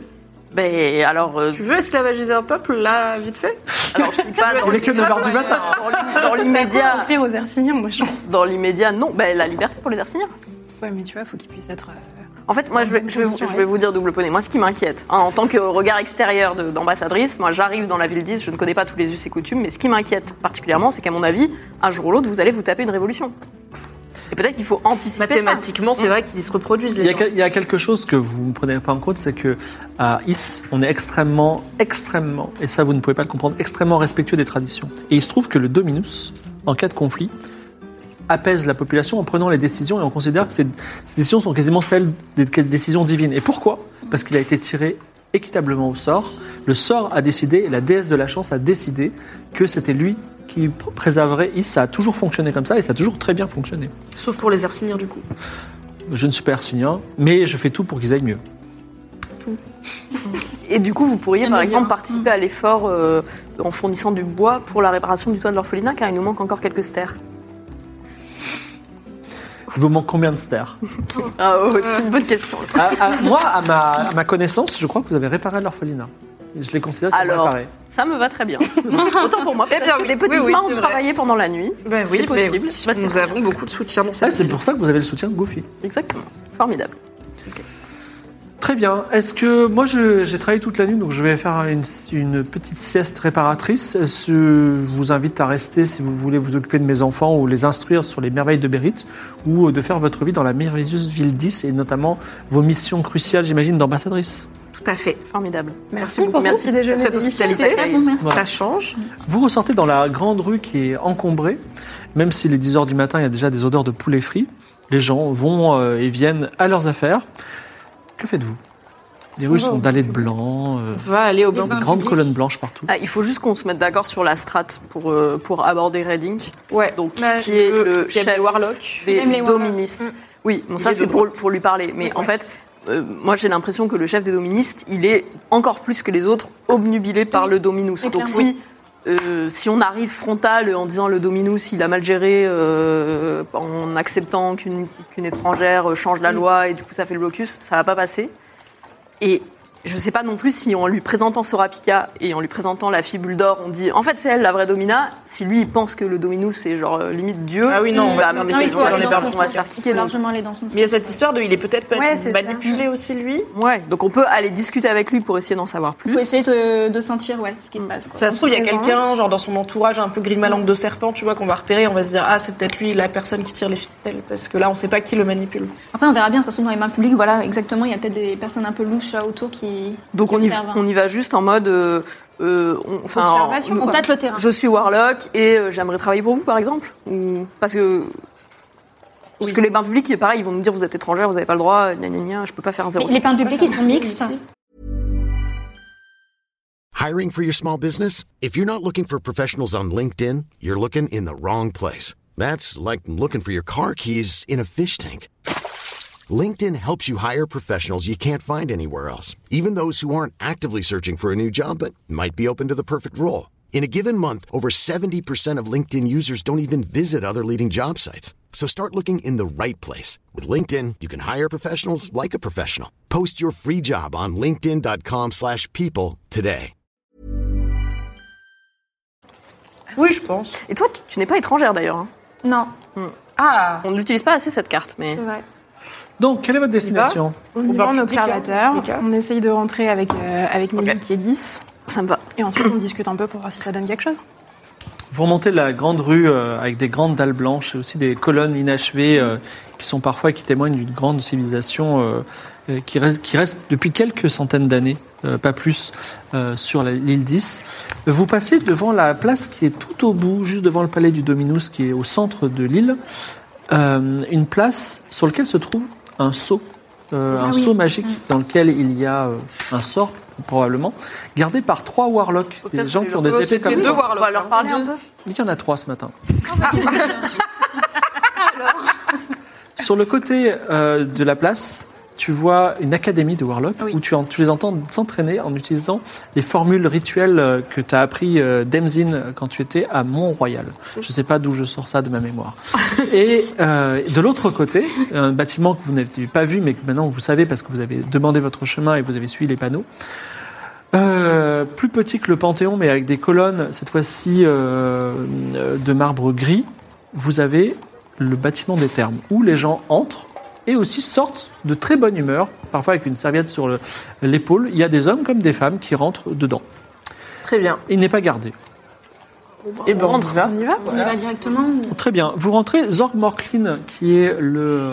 D: Ben alors, euh,
C: Tu veux esclavagiser un peuple, là, vite fait
D: alors <laughs> je suis pas dans
B: Il est que
D: l'immédiat-
B: 9h du matin.
D: dans l'im- dans l'immédiat.
E: Offrir aux Erciniens, moi je.
D: Dans l'immédiat, non. Ben la liberté pour les Arsiniens.
E: Ouais, mais tu vois, faut qu'ils puissent être. euh,
D: En fait, moi, je vais, je vais vous, je vais vous dire double poney. Moi, ce qui m'inquiète, hein, en tant que regard extérieur de- d'ambassadrice, moi, j'arrive dans la ville 10, je ne connais pas tous les us et coutumes, mais ce qui m'inquiète particulièrement, c'est qu'à mon avis, un jour ou l'autre, vous allez vous taper une révolution. Et peut-être qu'il faut anticiper ça.
C: Mathématiquement, c'est Hein. vrai qu'ils se reproduisent,
B: Il y,
C: les
B: a,
C: gens.
B: quel- il y a quelque chose que vous ne prenez pas en compte, c'est que à Is, on est extrêmement, extrêmement, et ça vous ne pouvez pas le comprendre, extrêmement respectueux des traditions. Et il se trouve que le Dominus, en cas de conflit, apaise la population en prenant les décisions et on considère que ces, ces décisions sont quasiment celles des, des décisions divines. Et pourquoi Parce qu'il a été tiré équitablement au sort. Le sort a décidé, et la déesse de la chance a décidé que c'était lui qui pr- préserverait Is. Ça a toujours fonctionné comme ça et ça a toujours très bien fonctionné.
C: Sauf pour les Arsiniens, du coup.
B: Je ne suis pas hercynien, mais je fais tout pour qu'ils aillent mieux.
D: Et du coup, vous pourriez,
F: Bien
D: par
F: de le
D: exemple,
F: dire.
D: participer à l'effort euh, en fournissant du bois pour la réparation du toit de l'orphelinat, car il nous manque encore quelques stères.
B: Il vous manque combien de stères
D: Ah, oh, c'est une bonne question.
B: À- à- Moi, à ma, à ma connaissance, je crois que vous avez réparé l'orphelinat. Je les considère comme
D: Alors.
B: réparés.
D: Ça me va
C: <laughs>
D: très bien. Autant pour moi.
C: Eh bien,
D: parce que
C: oui.
D: les petites
C: Oui, oui,
D: mains
C: c'est
D: ont
C: vrai.
D: travaillé pendant la nuit.
C: Ben
D: C'est possible. Bah, c'est
C: Nous
D: bien.
C: avons beaucoup de soutien dans
B: Ah,
C: cette
B: c'est
C: ville.
B: pour ça que vous avez le soutien de Goofy.
D: Exactement. Formidable.
B: Très bien. Est-ce que moi, je- j'ai travaillé toute la nuit, donc je vais faire une, une petite sieste réparatrice. Est-ce que Je vous invite à rester si vous voulez vous occuper de mes enfants ou les instruire sur les merveilles de Bérite ou de faire votre vie dans la merveilleuse ville 10 et notamment vos missions cruciales, j'imagine, d'ambassadrice.
C: Tout à fait.
D: Formidable.
E: Merci,
C: beaucoup.
E: pour ce
C: Merci
E: petit déjeuner.
C: pour cette
E: délicieux.
C: hospitalité.
F: Ah bon, merci.
B: Voilà.
C: Ça change.
B: Vous ressortez dans la grande rue qui est encombrée, même s'il est 10h du matin, il y a déjà des odeurs de poulet frit. Les gens vont euh, et viennent à leurs affaires. Que faites-vous Les rues sont dallées de blanc, euh,
C: Va aller au bain.
B: des grandes colonnes blanches partout.
D: Ah, il faut juste qu'on se mette d'accord sur la strate pour, euh, pour aborder Redding,
C: Ouais.
D: donc
C: Bah,
D: qui est
C: euh,
D: le
C: il y a
D: chef
C: des Warlocks.
F: Même les
D: des
F: Warlocks.
D: doministes. Oui, bon,
C: Il
D: ça
C: est
D: c'est
C: de
D: pour, pour lui parler, mais en fait, euh, moi j'ai l'impression que le chef des doministes, il est encore plus que les autres obnubilé par le dominus.
F: Oui,
D: Donc
F: clairement.
D: si, euh, si on arrive frontal en disant le dominus, il a mal géré euh, en acceptant qu'une qu'une étrangère change la loi et du coup ça fait le blocus, ça va pas passer. Et je sais pas non plus si en lui présentant Sorapika et en lui présentant la fibule d'or, on dit en fait c'est elle la vraie domina. Si lui il pense que le dominus c'est genre euh, limite Dieu,
C: Ah oui, non, on va
D: bah,
C: se faire
D: mais
C: Non,
F: il
C: on
F: faut
D: on va
C: aller
D: se
F: aller
C: dans
D: faire-
F: dans
D: on
F: son
D: va se faire
F: sens. Il
D: kicker.
F: faut
D: donc.
F: largement aller dans son sens.
C: Mais il y a cette histoire de il est peut-être pas
E: Ouais, c'est ça.
C: manipulé aussi lui.
D: Ouais, donc on peut aller discuter avec lui pour essayer d'en savoir plus.
F: Il faut essayer de, de sentir ouais, ce qui Mm. se passe. quoi.
C: Ça se trouve, il y a
F: présente.
C: quelqu'un, genre dans son entourage, un peu grime à langue de serpent, tu vois, qu'on va repérer, on va se dire, ah, c'est peut-être lui, la personne qui tire les ficelles, parce que là, on sait pas qui le manipule.
F: Après, on verra bien, ça se trouve dans les mains publiques, voilà, exactement, il y a peut-être des personnes un peu louches là, autour qui.
D: Donc
F: qui
D: on y,
F: observent.
D: on y va juste en mode, euh, euh, on- enfin,
E: Observation,
D: en-
F: On
E: quoi.
F: tâte le terrain.
D: je suis warlock et euh, j'aimerais travailler pour vous par exemple, ou parce que parce que les bains publics, c'est pareil, ils vont nous dire vous êtes étrangère, vous n'avez pas le droit, gna gna gna, je peux pas faire
F: Mais
D: zéro.
F: les pains publics, ils sont mixtes.
H: Hiring for your small business? If you're not looking for professionals on LinkedIn, you're looking in the wrong place. That's like looking for your car keys in a fish tank. LinkedIn helps you hire professionals you can't find anywhere else, even those who aren't actively searching for a new job but might be open to the perfect role. In a given month, over 70% of LinkedIn users don't even visit other leading job sites. So start looking in the right place. With LinkedIn, you can hire professionals like a professional. Post your free job on linkedin.com/people slash people today.
C: Oui, je pense.
D: Et toi, tu, tu n'es pas étrangère d'ailleurs. hein.
F: Non,
C: Ah
D: On n'utilise pas assez cette carte, mais
F: c'est vrai.
B: Donc, quelle est votre destination
E: On
C: Au
E: y va en
C: bar
E: observateur.
C: public, hein.
E: On essaye de rentrer avec, euh, avec Milly qui est 10.
D: ça me va.
E: Et ensuite, on discute un peu pour voir si ça donne quelque chose.
B: Vous remontez la grande rue euh, avec des grandes dalles blanches et aussi des colonnes inachevées euh, qui sont parfois qui témoignent d'une grande civilisation euh, euh, qui, reste, qui reste depuis quelques centaines d'années, euh, pas plus, euh, sur la- l'île 10. Vous passez devant la place qui est tout au bout, juste devant le palais du Dominus qui est au centre de l'île, euh, une place sur laquelle se trouve un seau, euh, un seau magique dans lequel il y a euh, un sort probablement, gardé par trois warlocks, des
D: peut-être
B: gens
D: les
B: qui ont des
D: locaux,
B: épées comme
C: deux
B: ça.
D: On va leur parler un peu.
B: Il y en a trois ce matin. <laughs> Sur le côté euh, de la place, tu vois une académie de Warlock
F: Oui.
B: où tu, en- tu les entends s'entraîner en utilisant les formules rituelles euh, que tu as appris euh, d'Emzin euh, quand tu étais à Mont-Royal. Je ne sais pas d'où je sors ça de ma mémoire. Et euh, de l'autre côté, un bâtiment que vous n'aviez pas vu mais que maintenant vous savez parce que vous avez demandé votre chemin et vous avez suivi les panneaux. Euh, plus petit que le Panthéon, mais avec des colonnes, cette fois-ci euh, de marbre gris, vous avez le bâtiment des thermes, où les gens entrent et aussi sortent de très bonne humeur, parfois avec une serviette sur le- l'épaule. Il y a des hommes comme des femmes qui rentrent dedans.
C: Très bien.
B: Il n'est pas gardé.
C: Et ben, on y va.
E: On y va
F: On y va directement.
B: Très bien. Vous rentrez Zorg Morklin, qui est le. euh,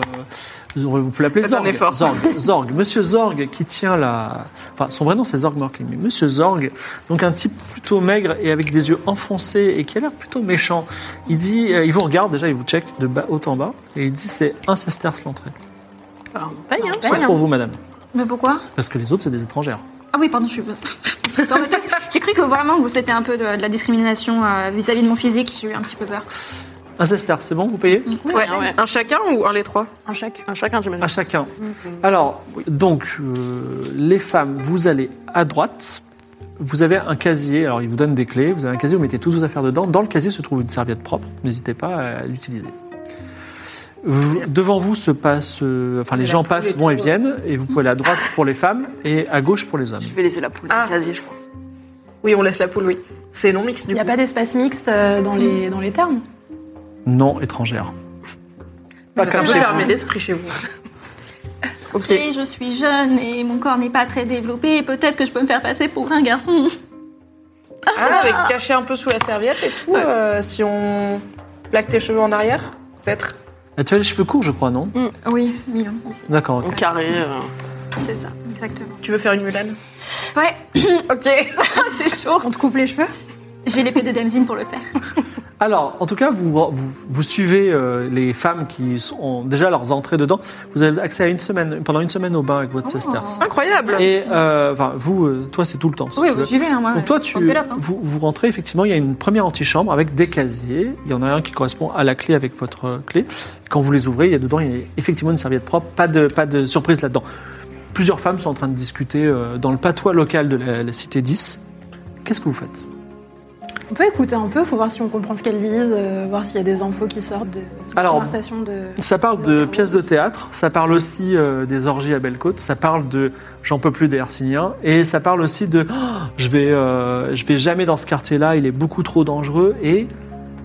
B: Vous pouvez l'appeler
C: Faites un
B: Zorg.
C: effort.
B: Zorg. Zorg. Monsieur Zorg, qui tient la. Enfin, son vrai nom, c'est Zorg Morklin. Mais Monsieur Zorg, donc un type plutôt maigre et avec des yeux enfoncés et qui a l'air plutôt méchant, il dit. euh, Il vous regarde déjà, il vous check de bas, haut en bas, et il dit c'est un sesterce l'entrée. C'est pour vous, madame.
F: Mais pourquoi
B: Parce que les autres, c'est des étrangères.
F: Ah oui, pardon, je suis. <laughs> Dans ma tête, J'ai cru que vraiment vous c'était un peu de, de la discrimination euh, vis-à-vis de mon physique, j'ai eu un petit peu peur.
B: Un sesterce, c'est bon, vous payez
C: Ah Ouais. Un chacun ou un les trois
E: Un chèque.
D: Un chacun, j'imagine.
B: À chacun. Alors, donc, euh, les femmes, vous allez à droite. Vous avez un casier, alors il vous donne des clés, vous avez un casier, vous mettez toutes vos affaires dedans. Dans le casier se trouve une serviette propre, n'hésitez pas à l'utiliser. Vous- devant vous se passe, euh, enfin les gens passent, vont et viennent, et vous pouvez aller à droite pour les femmes et à gauche pour les hommes.
D: Je vais laisser la poule dans
C: Ah.
D: le casier, je pense.
C: Oui, on laisse la poule, oui. C'est non mix
E: Il
C: du
E: n'y a
C: coup.
E: pas d'espace mixte euh, dans les, dans les termes.
B: Non étrangères. Pas
C: C'est un
B: comme
C: peu
B: chez
C: fermé
B: vous.
C: d'esprit chez vous. Ok.
F: Et je suis jeune et mon corps n'est pas très développé, et peut-être que je peux me faire passer pour un garçon.
C: Ah, avec caché un peu sous la serviette et tout, euh, si on plaque tes cheveux en arrière, peut-être.
B: Ah, Tu as les cheveux courts, je crois, non
F: Oui, Milan,
B: D'accord. ok.
D: En carré. euh,
F: c'est ça, exactement.
C: Tu veux faire une mulane
F: Ouais,
C: Ok.
F: c'est chaud.
E: On te coupe les cheveux
F: J'ai l'épée de Damsine pour le faire.
B: Alors, en tout cas, vous, vous, vous suivez euh, les femmes qui sont- ont déjà leurs entrées dedans. Vous avez accès à une semaine, pendant une semaine au bain avec
F: Oh.
B: votre sesterce.
C: Incroyable.
B: Et euh, enfin, vous, euh, toi, c'est tout le temps. si
F: Oui,
B: tu veux.
F: j'y vais, hein, moi.
B: Donc toi,
F: je
B: tu,
F: me développe, hein.
B: vous, vous rentrez, effectivement, il y a une première antichambre avec des casiers. Il y en a un qui correspond à la clé avec votre euh, clé. Quand vous les ouvrez, il y a dedans, il y a effectivement une serviette propre. Pas de, pas de surprise là-dedans. Plusieurs femmes sont en train de discuter euh, dans le patois local de la, la cité 10. Qu'est-ce que vous faites
E: On peut écouter un peu, faut voir si on comprend ce qu'elles disent, euh, voir s'il y a des infos qui sortent de de
B: Alors,
E: conversations de.
B: Ça parle de pièces de théâtre, ça parle aussi euh, des orgies à Belle-Côte, ça parle de J'en peux plus des Herciniens, et ça parle aussi de Ah, je, vais, euh, je vais jamais dans ce quartier-là, il est beaucoup trop dangereux, et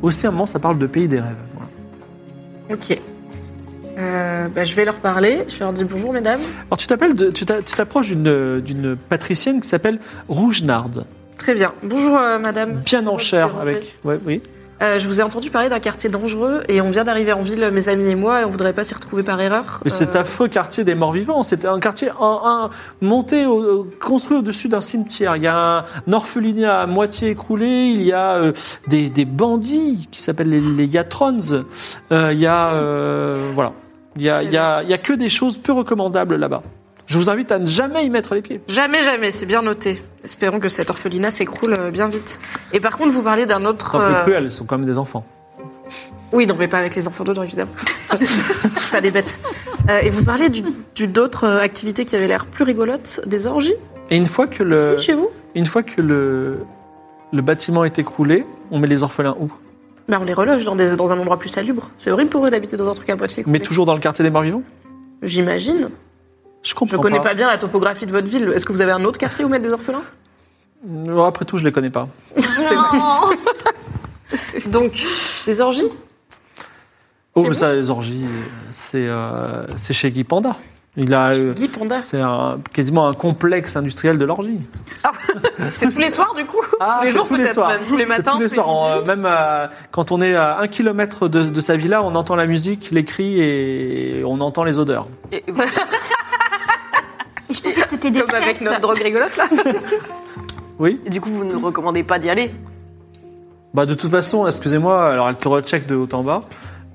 B: aussi à un moment, ça parle de Pays des Rêves. Voilà.
C: Ok. Euh, bah, je vais leur parler. Je leur dis bonjour, mesdames.
B: Alors, tu t'appelles de- tu t'a- tu t'approches d'une euh, d'une patricienne qui s'appelle Rougenarde,
C: Très bien. Bonjour, euh, madame.
B: bien en
C: Excusez-moi de
B: chair
C: déranger.
B: avec. Ouais, oui.
C: Euh, je vous ai entendu parler d'un quartier dangereux et on vient d'arriver en ville, mes amis et moi, et on voudrait pas s'y retrouver par erreur.
B: Mais cet
C: Euh,
B: affreux quartier des morts-vivants, c'est un quartier un- un- monté, au- au- construit au-dessus d'un cimetière. Il y a un orphelinat à moitié écroulé, il y a euh, des, des bandits qui s'appellent les, les Yatrons. Euh, il y a... euh, voilà. Il y a, il y a- il y a que des choses peu recommandables là-bas. Je vous invite à ne jamais y mettre les pieds.
C: Jamais, jamais, c'est bien noté. Espérons que cet orphelinat s'écroule euh, bien vite. Et par contre, vous parlez d'un autre.
B: Enfin,
C: euh,
B: c'est cruel, ce sont quand même des enfants.
C: Oui, non, mais pas avec les enfants dedans, évidemment. <laughs> pas des bêtes. Euh, et vous parlez du- du- d'autres euh, activités qui avaient l'air plus rigolotes, des orgies
B: Et une fois que le,
C: ici, chez vous
B: une fois que le, le bâtiment est écroulé, on met les orphelins où
C: Bah, on les reloge dans, des, dans un endroit plus salubre. C'est horrible pour eux d'habiter dans un truc à moitié.
B: Mais
C: coupé.
B: toujours dans le quartier des morts-vivants
C: J'imagine.
B: Je comprends
C: Je connais pas bien la topographie de votre ville. Est-ce que vous avez un autre quartier où mettre des orphelins
B: Euh, Après tout, je les connais pas.
C: C'est vrai. <laughs> Donc, des orgies
B: Oh,
C: C'est
B: mais ça, les orgies, c'est euh, c'est chez Guy Panda. Il a, euh,
C: Guy Panda.
B: c'est un- quasiment un complexe industriel de l'orgie.
C: C'est tous les soirs, du coup
B: Ah,
C: Tous les
B: c'est
C: jours,
B: tous les
C: peut-être,
B: soirs.
C: même. Tous les
B: C'est
C: matins,
B: tous les soirs, on-
C: midis.
B: même euh, quand on est à un kilomètre de, de sa villa, on entend la musique, les cris et on entend les odeurs.
D: et- et vous-
F: Et je pensais que c'était des
B: <laughs>
C: Comme avec
F: sectes.
C: notre drogue rigolote, là
B: Oui.
D: et du coup, vous ne recommandez pas d'y aller.
B: Bah de toute façon, excusez-moi. Alors elle te recheck de haut en bas.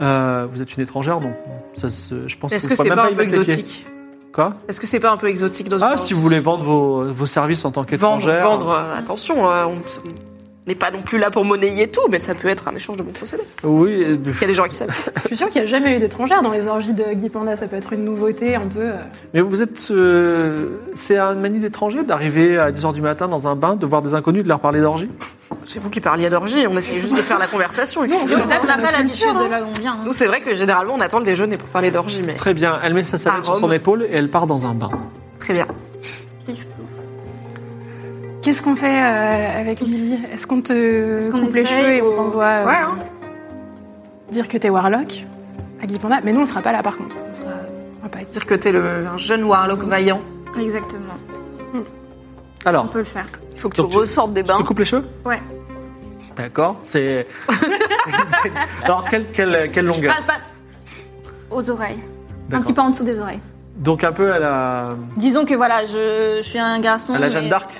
B: Euh, vous êtes une étrangère, donc ça, se- je pense.
C: Est-ce
B: qu'on
C: que
B: peut
C: c'est
B: même
C: pas
B: y
C: un peu
B: mettre les pieds.
C: exotique
B: Quoi
C: Est-ce que c'est pas un peu exotique dans
B: Ah,
C: une-
B: si vous voulez vendre vos, vos services en tant
C: Vendre,
B: qu'étrangère.
C: vendre, euh, attention, euh, on on n'est pas non plus là pour monnayer tout, mais ça peut être un échange de bons procédés.
B: Oui, euh,
C: Il y a des gens qui savent.
E: Je suis sûre qu'il n'y a jamais eu d'étrangères dans les orgies de Guy Panda. Ça peut être une nouveauté un peu. euh.
B: mais vous êtes. euh, c'est une manie d'étranger d'arriver à 10h du matin dans un bain, de voir des inconnus, de leur parler d'orgie
C: C'est vous qui parliez d'orgie, on essayait juste de faire la conversation.
F: Nous,
C: excusez-moi.
F: on n'a pas l'habitude de là où on vient. hein.
C: Nous, c'est vrai que généralement, on attend le déjeuner pour parler d'orgie, mais
B: Très bien, elle met sa
C: À
F: Ah,
B: serviette sur
C: Rome.
B: son épaule et elle part dans un bain.
C: très bien.
E: Qu'est-ce qu'on fait euh, avec Lily Est-ce qu'on te
F: qu'on
E: coupe les
F: essaye
E: cheveux et on
F: ou-
E: t'envoie euh,
C: Ouais, hein.
E: dire que t'es Warlock à Guy Panda Mais nous, on sera pas là par contre. On sera, on va pas être-
C: Dire que t'es le, un jeune warlock vaillant.
F: hein. Exactement. On
B: Alors,
F: peut le faire.
D: Il faut que
B: Donc
D: tu
B: tu-
D: ressortes des
B: tu
D: bains.
B: te coupes les cheveux
F: Ouais.
B: D'accord,
F: <laughs>
B: c'est. c'est- Alors, quelle, quelle, quelle longueur
F: Pas- pas- Aux oreilles. Un
B: D'accord.
F: petit peu en dessous des oreilles.
B: Donc, un peu à la,
F: Disons que voilà, je, je suis un garçon.
B: à la
F: mais-
B: Jeanne d'Arc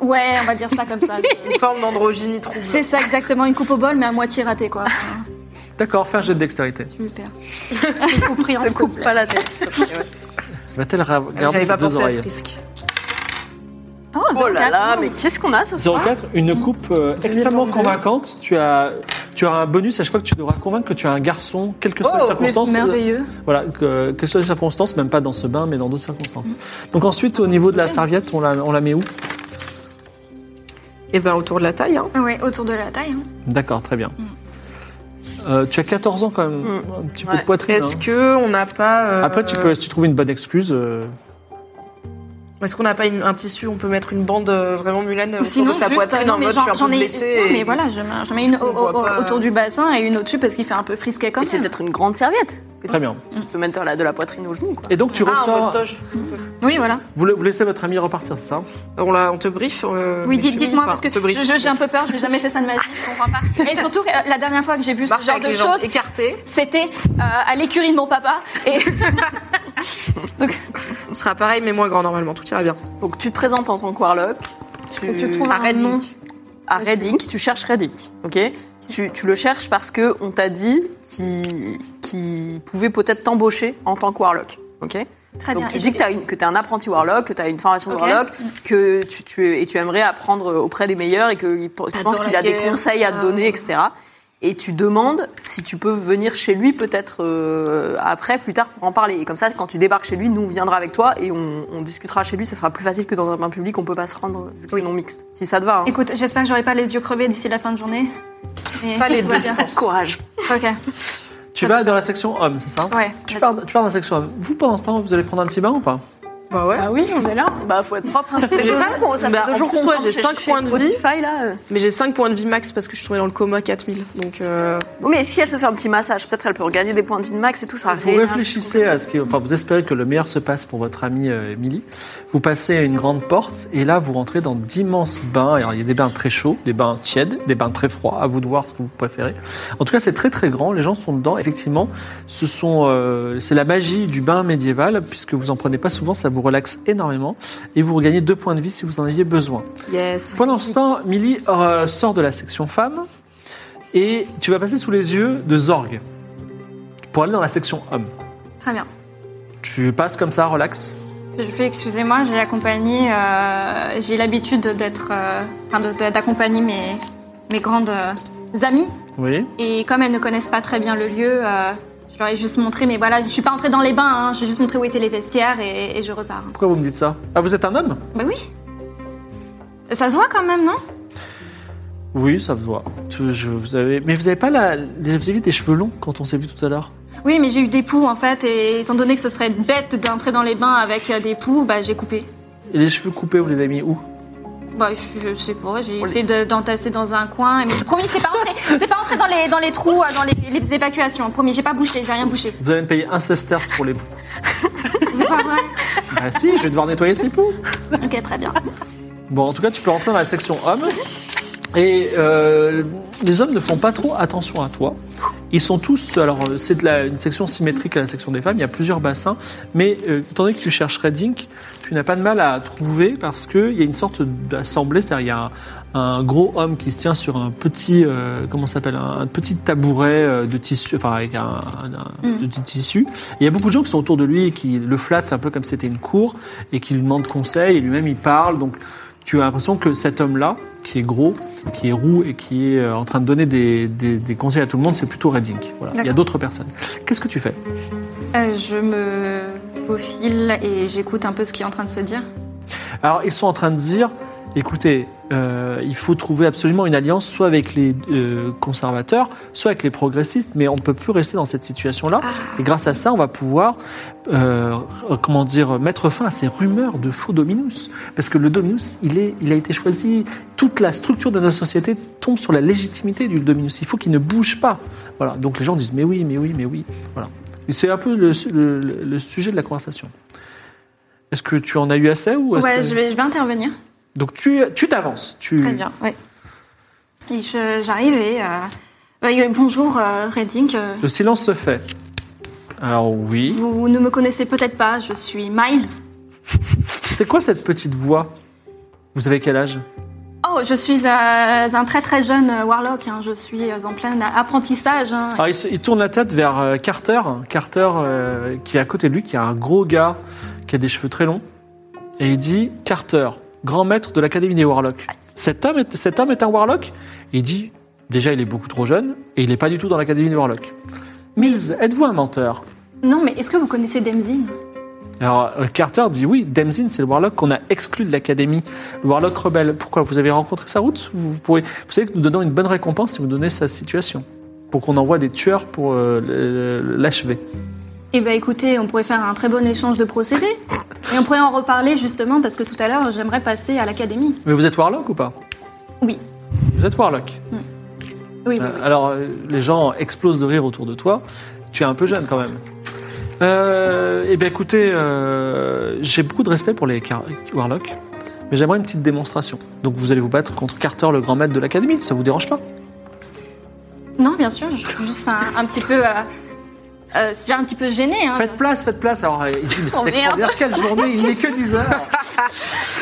F: Ouais, on va dire ça
B: <laughs>
F: comme
B: Bah,
F: ça. Je-
C: Une forme d'androgynie trouble.
F: C'est ça exactement, une coupe au bol, mais à moitié ratée, quoi. Enfin,
B: D'accord, fais un jet de dextérité.
F: Super.
D: On se coupe pas la tête.
B: Va-t-elle ra- garder
C: J'avais
B: ses
C: pas
B: deux
C: pensé à ce
B: oreilles
C: risque.
F: Oh,
D: Oh là
F: 04,
D: là,
F: non.
D: mais qu'est-ce qu'on a ce soir
B: 04, une coupe euh, extrêmement convaincante. Tu as, tu auras un bonus à chaque fois que tu devras convaincre que tu es un garçon, quelles que soient les circonstances. euh,
F: merveilleux.
B: Voilà, que, quelles que soient les circonstances, même pas dans ce bain, mais dans d'autres circonstances. Donc ensuite, au niveau de la serviette, on la, on la met où
C: Et ben autour de la taille, hein.
F: Ouais, autour de la taille. hein.
B: D'accord, très bien. Euh, tu as 14 ans quand même,
D: Mm.
B: un petit peu
D: Ouais.
B: de poitrine.
C: Est-ce
B: hein.
C: que on n'a pas. euh,
B: Après, tu peux, si tu trouves une bonne excuse, euh,
C: Est-ce qu'on n'a pas une- un tissu On peut mettre une bande euh, vraiment mulaine autour
F: Sinon,
C: de sa
F: juste,
C: poitrine
F: non,
C: en
F: mais
C: mode je
F: j'en-
C: suis un
F: j'en
C: peu
F: ai-
C: blessée.
F: non,
C: et-
F: mais voilà, je mets- j'en mets une
C: qu'on
F: au-
C: voit
F: au-
C: pas.
F: autour du bassin et une au-dessus parce qu'il fait un peu frisquet comme
D: Mais
F: ça.
D: c'est peut-être une grande serviette.
B: très bien.
D: Tu peux mettre là de la poitrine aux genoux, quoi.
B: Et donc tu
C: Ah, en mode
B: ressors.
C: toge.
F: Oui, voilà.
B: Vous, la- vous laissez votre ami repartir, c'est ça
C: On, l'a- on te brief euh,
F: Oui,
C: mais
F: dites-
C: tu-
F: dites-moi
C: enfin,
F: parce que
C: on te brief.
F: je- je- j'ai un peu peur, je n'ai jamais fait ça de ma vie, je comprends
C: <laughs>
F: pas. Et surtout, euh, la dernière fois que j'ai vu ce
C: Marche
F: genre
C: avec
F: de
C: les jambes
F: choses,
C: écartées.
F: c'était euh, à l'écurie de mon papa. Et
C: Ce sera pareil, mais moins grand normalement. Tout ira bien.
D: Donc tu te présentes en tant que Warlock.
E: Faut que tu trouves
C: Arrête,
E: un nom.
D: à Redding, tu cherches Redding, ok tu, tu le cherches parce que on t'a dit qu'il qu'il pouvait peut-être t'embaucher en tant que warlock, Ah, ok
F: <laughs> Très
D: Donc
F: bien.
D: tu
F: Et
D: dis que
F: j'ai-
D: t'as une- que t'es un apprenti warlock, que t'as une formation de
F: Ok.
D: warlock, que tu, tu es- et tu aimerais apprendre euh, auprès des meilleurs et que il- tu penses
C: la
D: qu'il a des
C: guerre,
D: conseils à te
C: ça.
D: donner, etc. Et tu demandes si tu peux venir chez lui peut-être euh, après, plus tard, pour en parler. Et comme ça, quand tu débarques chez lui, nous, on viendra avec toi et on, on discutera chez lui. Ça sera plus facile que dans un bain public, on peut pas se rendre vu que
C: Oui.
D: c'est non mixte. Si ça te va. hein.
F: Écoute, j'espère que j'aurai pas les yeux crevés d'ici la fin de journée. Mais
C: Pas les
F: tout va
C: deux,
F: bien.
C: je pense.
D: Courage.
F: <laughs> Ok,
B: Tu vas dans la section homme, c'est ça
F: ouais.
B: Tu pars, tu pars dans la section homme. Vous, pendant ce temps, vous allez prendre un petit bain ou pas
C: Bah ouais.
E: Bah oui, on est là.
D: Bah, faut être propre.
C: <laughs> J'ai pas- bah, en plus, ouais, j'ai cinq points de
D: Spotify, là. euh.
C: Mais j'ai 5 points de vie max parce que je suis tombée dans le coma 4000. Donc euh,
D: Bon, mais si elle se fait un petit massage, peut-être elle peut regagner des points de vie de max et tout. Ça
B: Vous réfléchissez à ce qui, enfin, vous espérez que le meilleur se passe pour votre amie euh, Emily. Vous passez à une grande porte et là, vous rentrez dans d'immenses bains. Alors, il y a des bains très chauds, des bains tièdes, des bains très froids. À vous de voir ce que vous préférez. En tout cas, c'est très très grand. Les gens sont dedans. Effectivement, ce sont, euh, c'est la magie du bain médiéval puisque vous en prenez pas souvent. Ça vous relaxe énormément et vous regagnez deux points de vie si vous en aviez besoin.
C: yes.
B: Pendant ce temps, Millie euh, sort de la section femme et tu vas passer sous les yeux de Zorg pour aller dans la section homme.
F: Très bien.
B: Tu passes comme ça, relax.
F: Je fais excusez-moi, j'ai accompagné, euh, j'ai l'habitude d'être, euh, enfin, de- de- d'accompagner mes, mes grandes euh, amies.
B: Oui.
F: Et comme elles ne connaissent pas très bien le lieu, euh, je leur ai juste montré, mais voilà, je suis pas entrée dans les bains, hein, j'ai juste montré où étaient les vestiaires et, et je repars.
B: Pourquoi vous me dites ça Ah, vous êtes un homme
F: Bah oui. Ça se voit quand même, non
B: Oui, ça se voit. Tu- je- vous avez... Mais vous avez pas la... vous avez des cheveux longs quand on s'est vu tout à l'heure
F: Oui, mais j'ai eu des poux en fait, et étant donné que ce serait bête d'entrer dans les bains avec euh, des poux, bah j'ai coupé.
B: Et les cheveux coupés, vous les avez mis où
F: Bah je, je sais pas, j'ai essayé de- d'entasser dans un coin, mais promis, c'est pas entré, c'est pas entré dans les, dans les trous, euh, dans les, les évacuations, promis, j'ai pas bouché, j'ai rien bouché.
B: Vous allez me payer un sesterce pour les poux.
F: C'est pas vrai
B: ah si, je vais devoir nettoyer ces poux.
F: Ok, très bien.
B: Bon, en tout cas, tu peux rentrer dans la section homme. Et euh, les hommes ne font pas trop attention à toi. Ils sont tous, alors euh, c'est de la- une section symétrique à la section des femmes, il y a plusieurs bassins, mais euh, étant donné que tu cherches Reddink, tu n'as pas de mal à trouver parce qu'il y a une sorte d'assemblée, c'est-à-dire il y a un, un gros homme qui se tient sur un petit, euh, comment ça s'appelle, un, un petit tabouret euh, de tissu, enfin avec un, un- un- de petit tissu. Il y a beaucoup de gens qui sont autour de lui et qui le flattent un peu comme si c'était une cour et qui lui demandent conseil et lui-même il parle, donc tu as l'impression que cet homme-là, qui est gros, qui est roux et qui est euh, en train de donner des, des- des conseils à tout le monde, c'est plutôt Reddink. Voilà. Il y a
F: D'accord.
B: d'autres personnes. Qu'est-ce que tu fais
F: Euh, je me faufile et j'écoute un peu ce qui est en train de se dire.
B: Alors, ils sont en train de dire, écoutez, euh, il faut trouver absolument une alliance, soit avec les euh, conservateurs, soit avec les progressistes, mais on ne peut plus rester dans cette situation-là.
F: Ah.
B: Et grâce à ça, on va pouvoir, euh, comment dire, mettre fin à ces rumeurs de faux Dominus. Parce que le Dominus, il, est, il a été choisi, toute la structure de notre société tombe sur la légitimité du Dominus. Il faut qu'il ne bouge pas. Voilà, donc les gens disent, mais oui, mais oui, mais oui. Voilà. Et C'est un peu le, le- le sujet de la conversation. Est-ce que tu en as eu assez ou est-ce
F: ouais,
B: que-
F: je, vais, je vais intervenir.
B: donc tu tu t'avances. Tu...
F: Très bien, oui. Et je- j'arrive et... euh, euh, bonjour, euh, Redding. euh,
B: Le silence se fait. Alors oui.
F: Vous ne me connaissez peut-être pas, je suis Miles.
B: C'est quoi cette petite voix Vous avez quel âge
F: Oh, je suis euh, un très très jeune euh, Warlock, hein, je suis euh, en plein apprentissage. hein.
B: Alors il, se- il tourne la tête vers euh, Carter. Carter euh, qui est à côté de lui, qui est un gros gars, qui a des cheveux très longs. Et il dit Carter, grand maître de l'Académie des Warlocks. Cet homme est, cet homme est un Warlock Il dit déjà il est beaucoup trop jeune et il n'est pas du tout dans l'Académie des Warlocks. Mills, êtes-vous un menteur
F: Non, mais est-ce que vous connaissez Demzin
B: Alors, euh, Carter dit oui, Demzin, c'est le Warlock qu'on a exclu de l'académie. Le Warlock rebelle. Pourquoi Vous avez rencontré sa route vous, pourrez... vous savez que nous donnons une bonne récompense si vous donnez sa situation. Pour qu'on envoie des tueurs pour euh, le- l'achever.
F: Eh bien écoutez, on pourrait faire un très bon échange de procédés. Et on pourrait en reparler justement parce que tout à l'heure j'aimerais passer à l'académie.
B: Mais vous êtes Warlock ou pas
F: Oui.
B: Vous êtes Warlock.
F: Oui, oui,
B: Euh, alors, euh, les gens explosent de rire autour de toi. Tu es un peu jeune quand même. Euh, eh bien, écoutez, euh, j'ai beaucoup de respect pour les Car- Warlocks, mais j'aimerais une petite démonstration. Donc, vous allez vous battre contre Carter, le grand maître de l'académie. Ça vous dérange pas
F: oui. Non, bien sûr, je suis juste un, un petit peu... Euh, euh, c'est un petit peu gêné. Hein.
B: Faites place, faites place. Alors, il dit, mais
F: Oh,
B: c'est
F: merde.
B: extraordinaire, quelle journée, il n'est que 10
C: <laughs>
B: heures.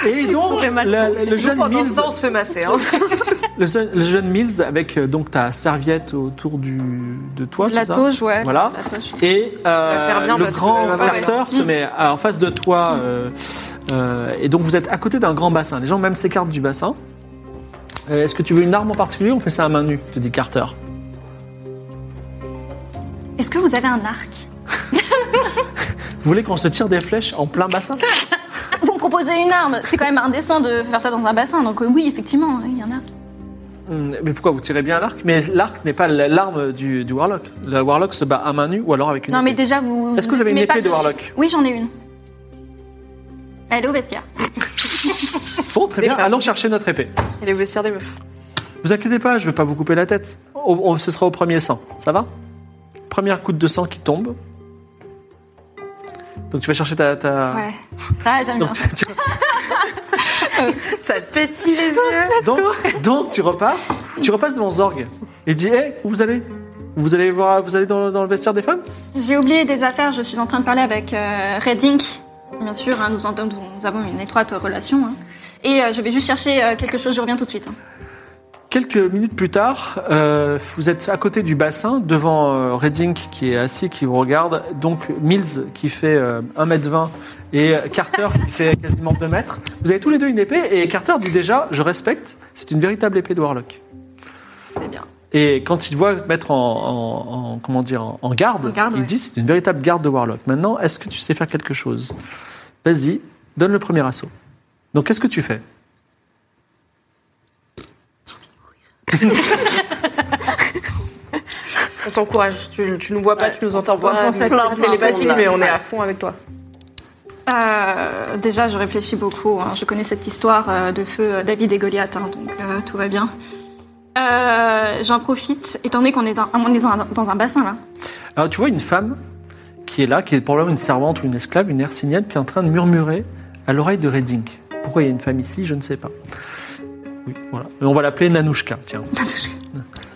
B: Et donc, la- le, jeune
C: Pendant
B: Mills,
C: ce temps, on se fait masser. hein.
B: le, seul- le jeune Mills, avec euh, donc ta serviette autour du, de toi,
F: De la
B: c'est ça
F: touche, ouais.
B: Voilà.
F: La touche.
B: Et euh,
C: La sert bien
B: le
C: parce que
B: grand
C: elle va pas
B: Carter se met à- en face de toi. euh, euh, et donc, vous êtes à côté d'un grand bassin. Les gens même s'écartent du bassin. Euh, Est-ce que tu veux une arme en particulier On fait ça à main nue, te dit Carter.
F: Est-ce que vous avez un arc
B: Vous voulez qu'on se tire des flèches en plein bassin
F: Ah, Vous me proposez une arme. C'est quand même indécent de faire ça dans un bassin. Donc euh, oui, effectivement, il y en a.
B: Hum, Mais pourquoi vous tirez bien à l'arc Mais l'arc n'est pas l'arme du, du warlock. Le warlock se bat à main nue ou alors avec une
F: Non, mais
B: épée.
F: déjà, vous.
B: Est-ce que vous avez une
F: estimez pas
B: épée de
F: que je suis-
B: Warlock
F: Oui, j'en ai une. Elle est au vestiaire.
B: Bon, très
C: Des
B: bien.
C: femmes.
B: Allons chercher notre épée.
C: Et les vestiaires des meufs.
B: Vous inquiétez pas, je vais pas vous couper la tête. Au- au- ce sera au premier sang. Ça va Première goutte de sang qui tombe. Donc tu vas chercher ta... ta-
F: Ouais. Ah, j'aime bien.
B: Donc,
F: <laughs>
B: tu- tu-
C: Ça te pétille les yeux.
B: donc, donc, tu repars. Tu repasses devant Zorg. Et dis, hé, où vous allez Vous allez voir, vous allez dans, dans le vestiaire des femmes
F: J'ai oublié des affaires. Je suis en train de parler avec euh, Redding. Bien sûr, hein, nous, entendons- nous avons une étroite relation. hein. Et euh, je vais juste chercher euh, quelque chose. Je reviens tout de suite. hein.
B: Quelques minutes plus tard, euh, vous êtes à côté du bassin, devant euh, Reddink qui est assis, qui vous regarde, donc Mills qui fait euh, 1m20 et euh, Carter qui fait quasiment 2 mètres. Vous avez tous les deux une épée et Carter dit déjà, je respecte, c'est une véritable épée de Warlock.
F: C'est bien.
B: Et quand il te voit mettre en, en- en- comment dire, en, en garde,
F: En garde,
B: il
F: ouais.
B: dit, c'est une véritable garde de Warlock. Maintenant, est-ce que tu sais faire quelque chose Vas-y, donne le premier assaut. Donc qu'est-ce que tu fais
C: On t'encourage. Tu, tu nous vois pas, tu nous entends pas.
E: Vraiment, ça
C: C'est
E: plein, plein,
C: télépathique,
E: plein,
C: mais
E: plein.
C: on est à fond avec toi.
F: Euh, déjà, je réfléchis beaucoup. hein. Je connais cette histoire euh, de feu euh, David et Goliath, hein, donc euh, tout va bien. Euh, J'en profite, étant donné qu'on est, dans, on est dans un- dans un bassin là. <laughs>
B: Alors Ah, tu vois une femme qui est là, qui est probablement une servante ou une esclave, une hercynienne, qui est en train de murmurer à l'oreille de Redding. Pourquoi il y a une femme ici, je ne sais pas. Oui, voilà. On va l'appeler Nanouchka, tiens.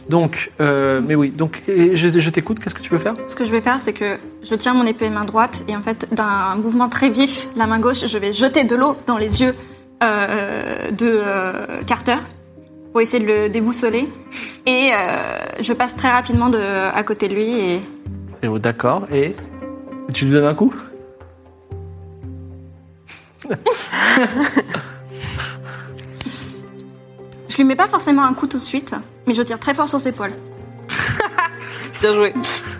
B: Donc, euh, mais oui, donc et je, je t'écoute, qu'est-ce que tu peux faire
F: Ce que je vais faire, c'est que je tiens mon épée main droite et en fait, d'un mouvement très vif, la main gauche, je vais jeter de l'eau dans les yeux euh, de euh, Carter pour essayer de le déboussoler. Et euh, je passe très rapidement de, à côté de lui et
B: Et oh, D'accord, et tu lui donnes un coup
F: je lui mets pas forcément un coup tout de suite, mais je tire très fort sur ses poils.
D: Bien joué.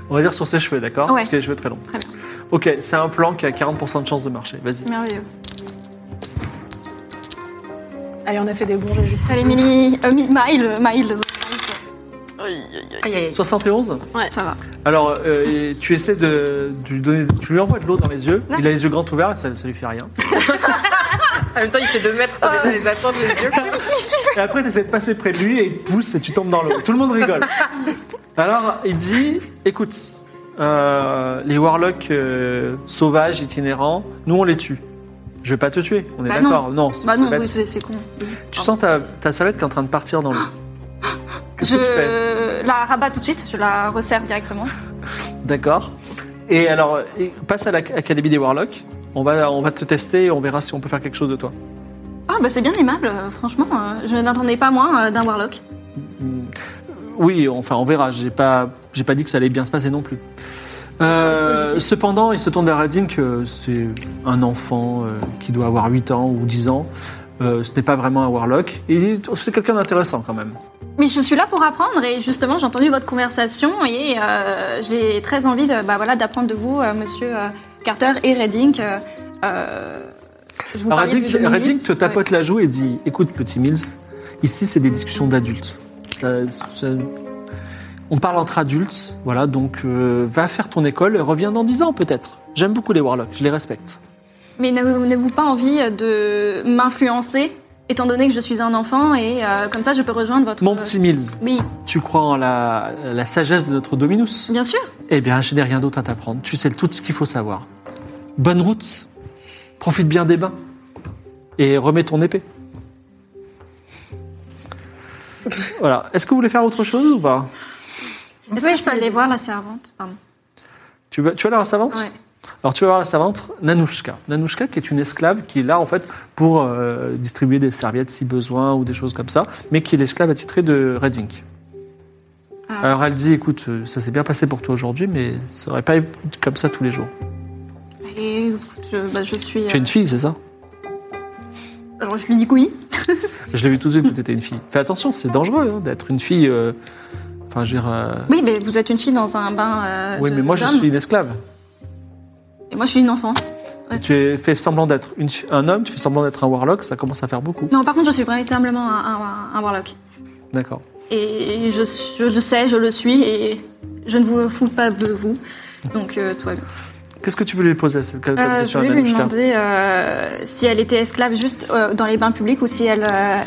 B: On va dire sur ses cheveux, d'accord
F: Ouais.
B: Parce qu'il a les cheveux très longs.
F: Très bien.
B: Ok, c'est un plan qui a 40% de chance de marcher, vas-y.
F: Merveilleux.
E: Allez, on a fait des bons jeux juste
F: Allez, Milly, euh, Mi- Mile, Mile,
C: Aïe, aïe, aïe.
B: 71
F: ça va.
B: Alors, euh, et tu essaies de, de lui donner, tu lui envoies de l'eau dans les yeux. Il a les yeux grands ouverts, ça, ça lui fait rien.
C: En même temps, il fait 2 mètres, faut déjà les atteindre les yeux.
B: Et après, tu essaies de passer près de lui et il te pousse et tu tombes dans l'eau. Tout le monde rigole. Alors, il dit écoute, euh, les warlocks euh, sauvages, itinérants, nous on les tue. Je vais pas te tuer, on est
F: Bah non.
B: d'accord. Non, c'est-
F: Bah
B: c'est
F: non,
B: bête.
F: oui, c'est c'est con.
B: tu sens ta, ta savette qui est en train de partir dans l'eau. Qu'est-ce que tu fais
F: Je la rabats tout de suite, je la resserre directement.
B: D'accord. Et alors, et passe à l'Académie des Warlocks. On va, on va te tester et on verra si on peut faire quelque chose de toi.
F: Ah bah c'est bien aimable, euh, franchement, euh, je n'attendais pas moins euh, d'un warlock.
B: Hmm. Oui, enfin, on verra. J'ai pas, j'ai pas dit que ça allait bien se passer non plus. Euh,
F: Ça reste positif.
B: cependant, il se tourne vers Radink. euh, C'est un enfant euh, qui doit avoir 8 ans ou 10 ans. Euh, ce n'est pas vraiment un Warlock. Et il dit, oh, c'est quelqu'un d'intéressant quand même.
F: Mais je suis là pour apprendre et justement j'ai entendu votre conversation et euh, j'ai très envie de, bah, voilà, d'apprendre de vous, euh, monsieur euh, Carter et Redding. euh, euh, je vous parlais
B: Radink,
F: du Dominus.
B: Radink te
F: Ouais.
B: tapote la joue et dit Écoute, petit Mills, ici, c'est des discussions d'adultes. Ça- ça- On parle entre adultes, voilà, donc euh, va faire ton école et reviens dans 10 ans peut-être. J'aime beaucoup les Warlocks, je les respecte.
F: Mais n'avez- n'avez-vous pas envie de m'influencer étant donné que je suis un enfant et euh, comme ça je peux rejoindre votre...
B: Mon petit Mills,
F: Oui,
B: tu crois en la, la sagesse de notre Dominus
F: bien sûr.
B: Eh bien, je n'ai rien d'autre à t'apprendre. Tu sais tout ce qu'il faut savoir. Bonne route, profite bien des bains et remets ton
F: <laughs>
B: épée. Voilà. Est-ce que vous voulez faire autre chose ou pas
F: Est-ce que je peux aller voir la servante Pardon.
B: Tu vas, tu vas la savante
F: Ouais.
B: Alors tu vas voir la savante Nanouchka. Nanouchka qui est une esclave qui est là en fait pour euh, distribuer des serviettes si besoin ou des choses comme ça, mais qui est l'esclave attitrée de Redink.
F: Ah.
B: Alors elle dit écoute, euh, ça s'est bien passé pour toi aujourd'hui, mais ça aurait pas été comme ça tous les jours.
F: Et écoute, je, bah, je suis...
B: Tu es une fille, c'est ça
F: euh, Alors je lui dis que oui.
B: Je l'ai vu tout de suite que tu étais une fille. Fais attention, c'est dangereux hein, d'être une fille. euh, Enfin, je veux dire. euh,
F: Oui, mais vous êtes une fille dans un bain. euh,
B: Oui,
F: de-
B: mais moi je
F: d'hommes.
B: suis une esclave.
F: Et moi, je suis une enfant. Ouais.
B: Tu es- fais semblant d'être une fi- un homme, tu fais semblant d'être un warlock, ça commence à faire beaucoup.
F: Non, par contre, je suis véritablement un, un- un warlock.
B: D'accord.
F: Et je, je le sais, je le suis, et je ne vous fous pas de vous. Donc, euh, toi.
B: Qu'est-ce que tu veux lui poser cette comme
F: Euh, je
B: question à
F: voulais lui
B: Nanouchka
F: demander euh, si elle était esclave juste euh, dans les bains publics ou si elle, euh,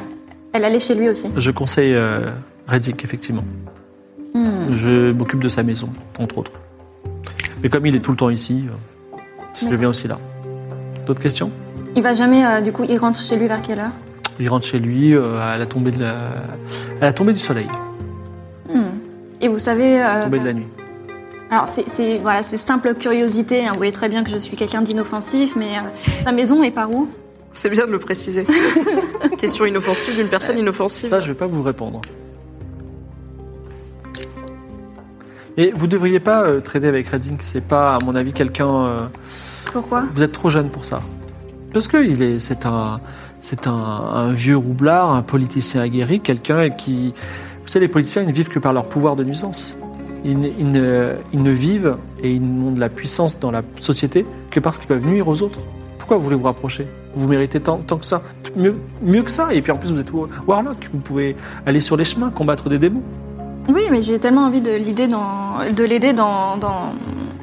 F: elle allait chez lui aussi.
B: Je conseille euh, Reddick, effectivement. Je m'occupe de sa maison, entre autres. Mais comme il est tout le temps ici, euh, je
F: D'accord.
B: viens aussi là. D'autres questions
F: Il va jamais, euh, du coup, il rentre chez lui vers quelle heure
B: Il rentre chez lui euh, à, la tombée de la... à la tombée du soleil,
F: Et vous savez. euh,
B: tombée de la nuit.
F: Alors, c'est- c'est voilà, c'est simple curiosité. hein. Vous voyez très bien que je suis quelqu'un d'inoffensif, mais euh, sa maison est par où
C: C'est bien de le
F: <laughs>
C: préciser. Question inoffensive d'une personne inoffensive.
B: Ça, je vais pas vous répondre. Et vous devriez pas euh, trader avec Redding, c'est pas, à mon avis, quelqu'un. euh,
F: Pourquoi
B: Vous êtes trop jeune pour ça. Parce que il est, c'est un, c'est un, un vieux roublard, un politicien aguerri, quelqu'un qui, vous savez, les politiciens, ils ne vivent que par leur pouvoir de nuisance. Ils, ne- ils ne, ils ne vivent et ils n'ont de la puissance dans la société que parce qu'ils peuvent nuire aux autres. Pourquoi vous voulez vous rapprocher Vous méritez tant, tant que ça, mieux, mieux que ça. Et puis en plus, vous êtes war- warlock, vous pouvez aller sur les chemins, combattre des démons.
F: Oui, mais j'ai tellement envie de l'aider dans, de l'aider dans, dans-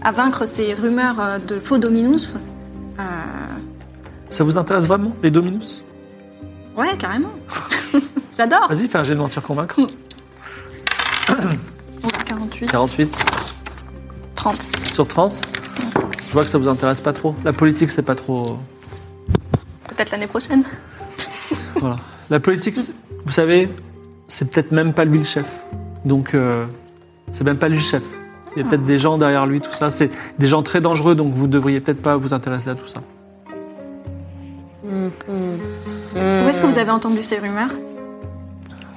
F: à vaincre ces rumeurs euh, de faux dominus. Euh,
B: Ça vous intéresse vraiment, les dominus
F: ouais, carrément. <laughs> J'adore.
B: Vas-y, fais un jet de mentir convaincre.
F: Oula, 48,
B: 48.
F: 30.
B: Sur 30 Je vois que ça vous intéresse pas trop. La politique, c'est pas trop.
F: Peut-être l'année prochaine.
B: Voilà. La politique, c'est- Vous savez, c'est peut-être même pas lui le chef. Donc, euh, c'est même pas lui le chef. Il y a peut-être des gens derrière lui, tout ça. C'est des gens très dangereux, donc vous devriez peut-être pas vous intéresser à tout ça.
F: Où est-ce que vous avez entendu ces rumeurs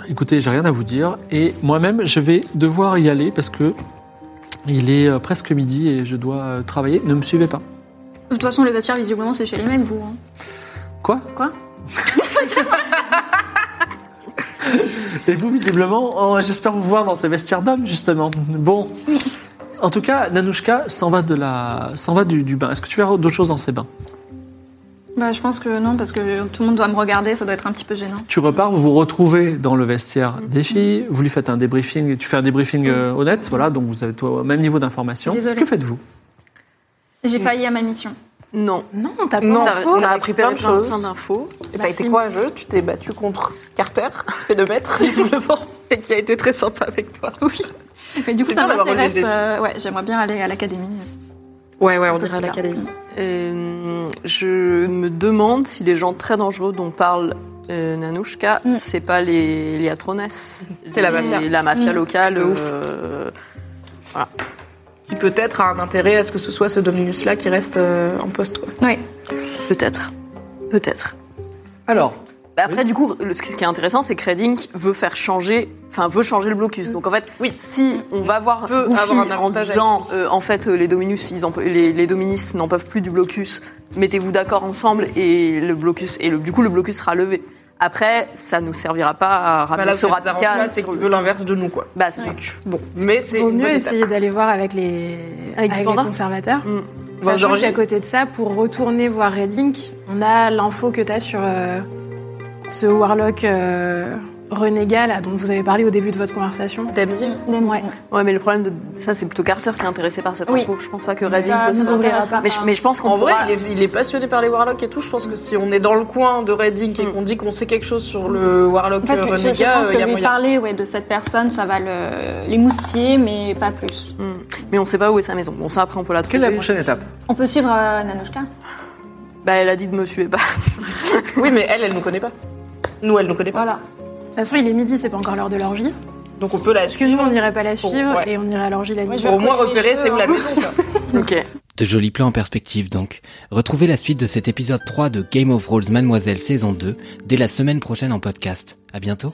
B: Écoutez, j'ai rien à vous dire. Et moi-même, je vais devoir y aller parce que il est euh, presque midi et je dois euh, travailler. Ne me suivez pas.
F: De toute façon, le vestiaire, visiblement, c'est chez les mecs, vous. hein.
B: Quoi
F: Quoi
B: Et vous, visiblement, oh, j'espère vous voir dans ces vestiaires d'hommes, justement. Bon. En tout cas, Nanouchka s'en va, de la... s'en va du, du bain. Est-ce que tu verras d'autres choses dans ces bains
F: Bah, je pense que non, parce que tout le monde doit me regarder, ça doit être un petit peu gênant.
B: Tu repars, vous vous retrouvez dans le vestiaire des filles, vous lui faites un débriefing, tu fais un débriefing euh, honnête, voilà, donc vous avez toi, au même niveau d'information.
F: Désolée.
B: Que faites-vous
F: J'ai failli à ma mission.
D: Non.
E: Non, t'as pas
D: Non,
E: non.
D: on
E: T'as
D: a-
E: faux.
D: on a
E: T'as
D: appris plein
E: récupéré
D: de
E: plein-
D: choses.
E: plein d'infos.
C: Et t'as été courageux, tu t'es battu contre Carter, fait de maître, visiblement, et qui a été très sympa avec <laughs> toi.
F: Oui. Mais du coup,
C: C'est
F: ça
C: bien d'avoir
F: m'intéresse.
C: relevé le
F: euh, ouais, j'aimerais bien aller à l'académie.
C: Ouais, ouais, on dirait à l'académie.
D: <laughs> Euh, je me demande si les gens très dangereux dont parle euh, Nanouchka,
F: Mm.
D: c'est pas les Liatrones.
C: C'est la mafia.
D: La mafia
F: Mm.
D: locale.
C: ouf.
D: euh,
C: Qui peut-être a un intérêt à ce que ce soit ce Dominus-là qui reste euh, en poste, quoi.
F: Oui.
D: Peut-être. Peut-être.
B: Alors,
D: Bah après, du coup, le- ce qui est intéressant, c'est que Redding veut faire changer, enfin, veut changer le blocus.
F: Mm.
D: Donc, en fait,
C: Oui.
D: si on va voir
C: Peut
D: Goofy
C: avoir un
D: en
C: avantage
D: disant, euh, en fait, euh, les Dominus, ils en pe- les, les Doministes n'en peuvent plus du blocus, mettez-vous d'accord ensemble et le blocus, et le- du coup, le blocus sera levé. Après, ça nous servira pas à
C: Bah
D: ramener
C: là,
D: ce
C: ce qui nous arrange
D: Sorapika
C: pas, c'est
D: sur
C: qu'il
D: le-
C: veut l'inverse de nous, quoi.
D: Bah, c'est ça.
C: Bon, mais c'est
E: Vaut
C: une
E: mieux
C: bonne
E: essayer
C: étape.
E: d'aller voir avec les,
D: Avec
E: avec les
D: Panda
E: conservateurs.
D: Mm.
C: Voir
E: Sachant
C: Georgie.
E: qu'à côté de ça, pour retourner voir Redding, on a l'info que t'as sur euh, ce warlock euh, renégat là, dont vous avez parlé au début de votre conversation.
C: Damsel.
E: Ouais.
D: Ouais, mais le problème de ça, c'est plutôt Carter qui est intéressé par cette
F: Oui.
D: info. Je pense pas que Redding.
F: Ça
D: peut se-
F: nous
E: ouvrira
F: intéresse
E: pas.
F: pas.
D: Mais, je- mais je pense qu'on
C: Bah, En vrai,
D: pourra-
C: il est, il est passionné par les warlocks et tout. Je pense que si on est dans le coin de Redding et
D: Mm.
C: qu'on dit qu'on sait quelque chose sur le warlock
F: En fait,
C: euh,
F: je, je
C: renégat,
F: pense
C: il y a
F: que lui
C: moyen.
F: parler ouais, de cette personne, ça va le, les moustiller, mais pas plus.
D: Hmm. Mais on sait pas où est sa maison. Bon, ça, après, on peut la trouver.
B: quelle est la prochaine étape
F: On peut suivre euh, Nanochka
D: Bah, elle a dit de me suivre pas.
C: Oui, mais elle, elle nous connaît pas. Nous, elle nous connaît pas.
F: Voilà.
E: De toute façon, il est midi, c'est pas encore l'heure de l'orgie.
C: Donc on peut la
E: Parce que nous,
C: suivre.
E: on n'irait pas la
C: Bon,
E: suivre
C: ouais.
E: et on irait à l'orgie la nuit.
C: Pour au moins repérer c'est où la maison. quoi.
D: Ok.
A: De jolis plans en perspective donc. Retrouvez la suite de cet épisode 3 de Game of Rolls Mademoiselle saison 2 dès la semaine prochaine en podcast. À bientôt.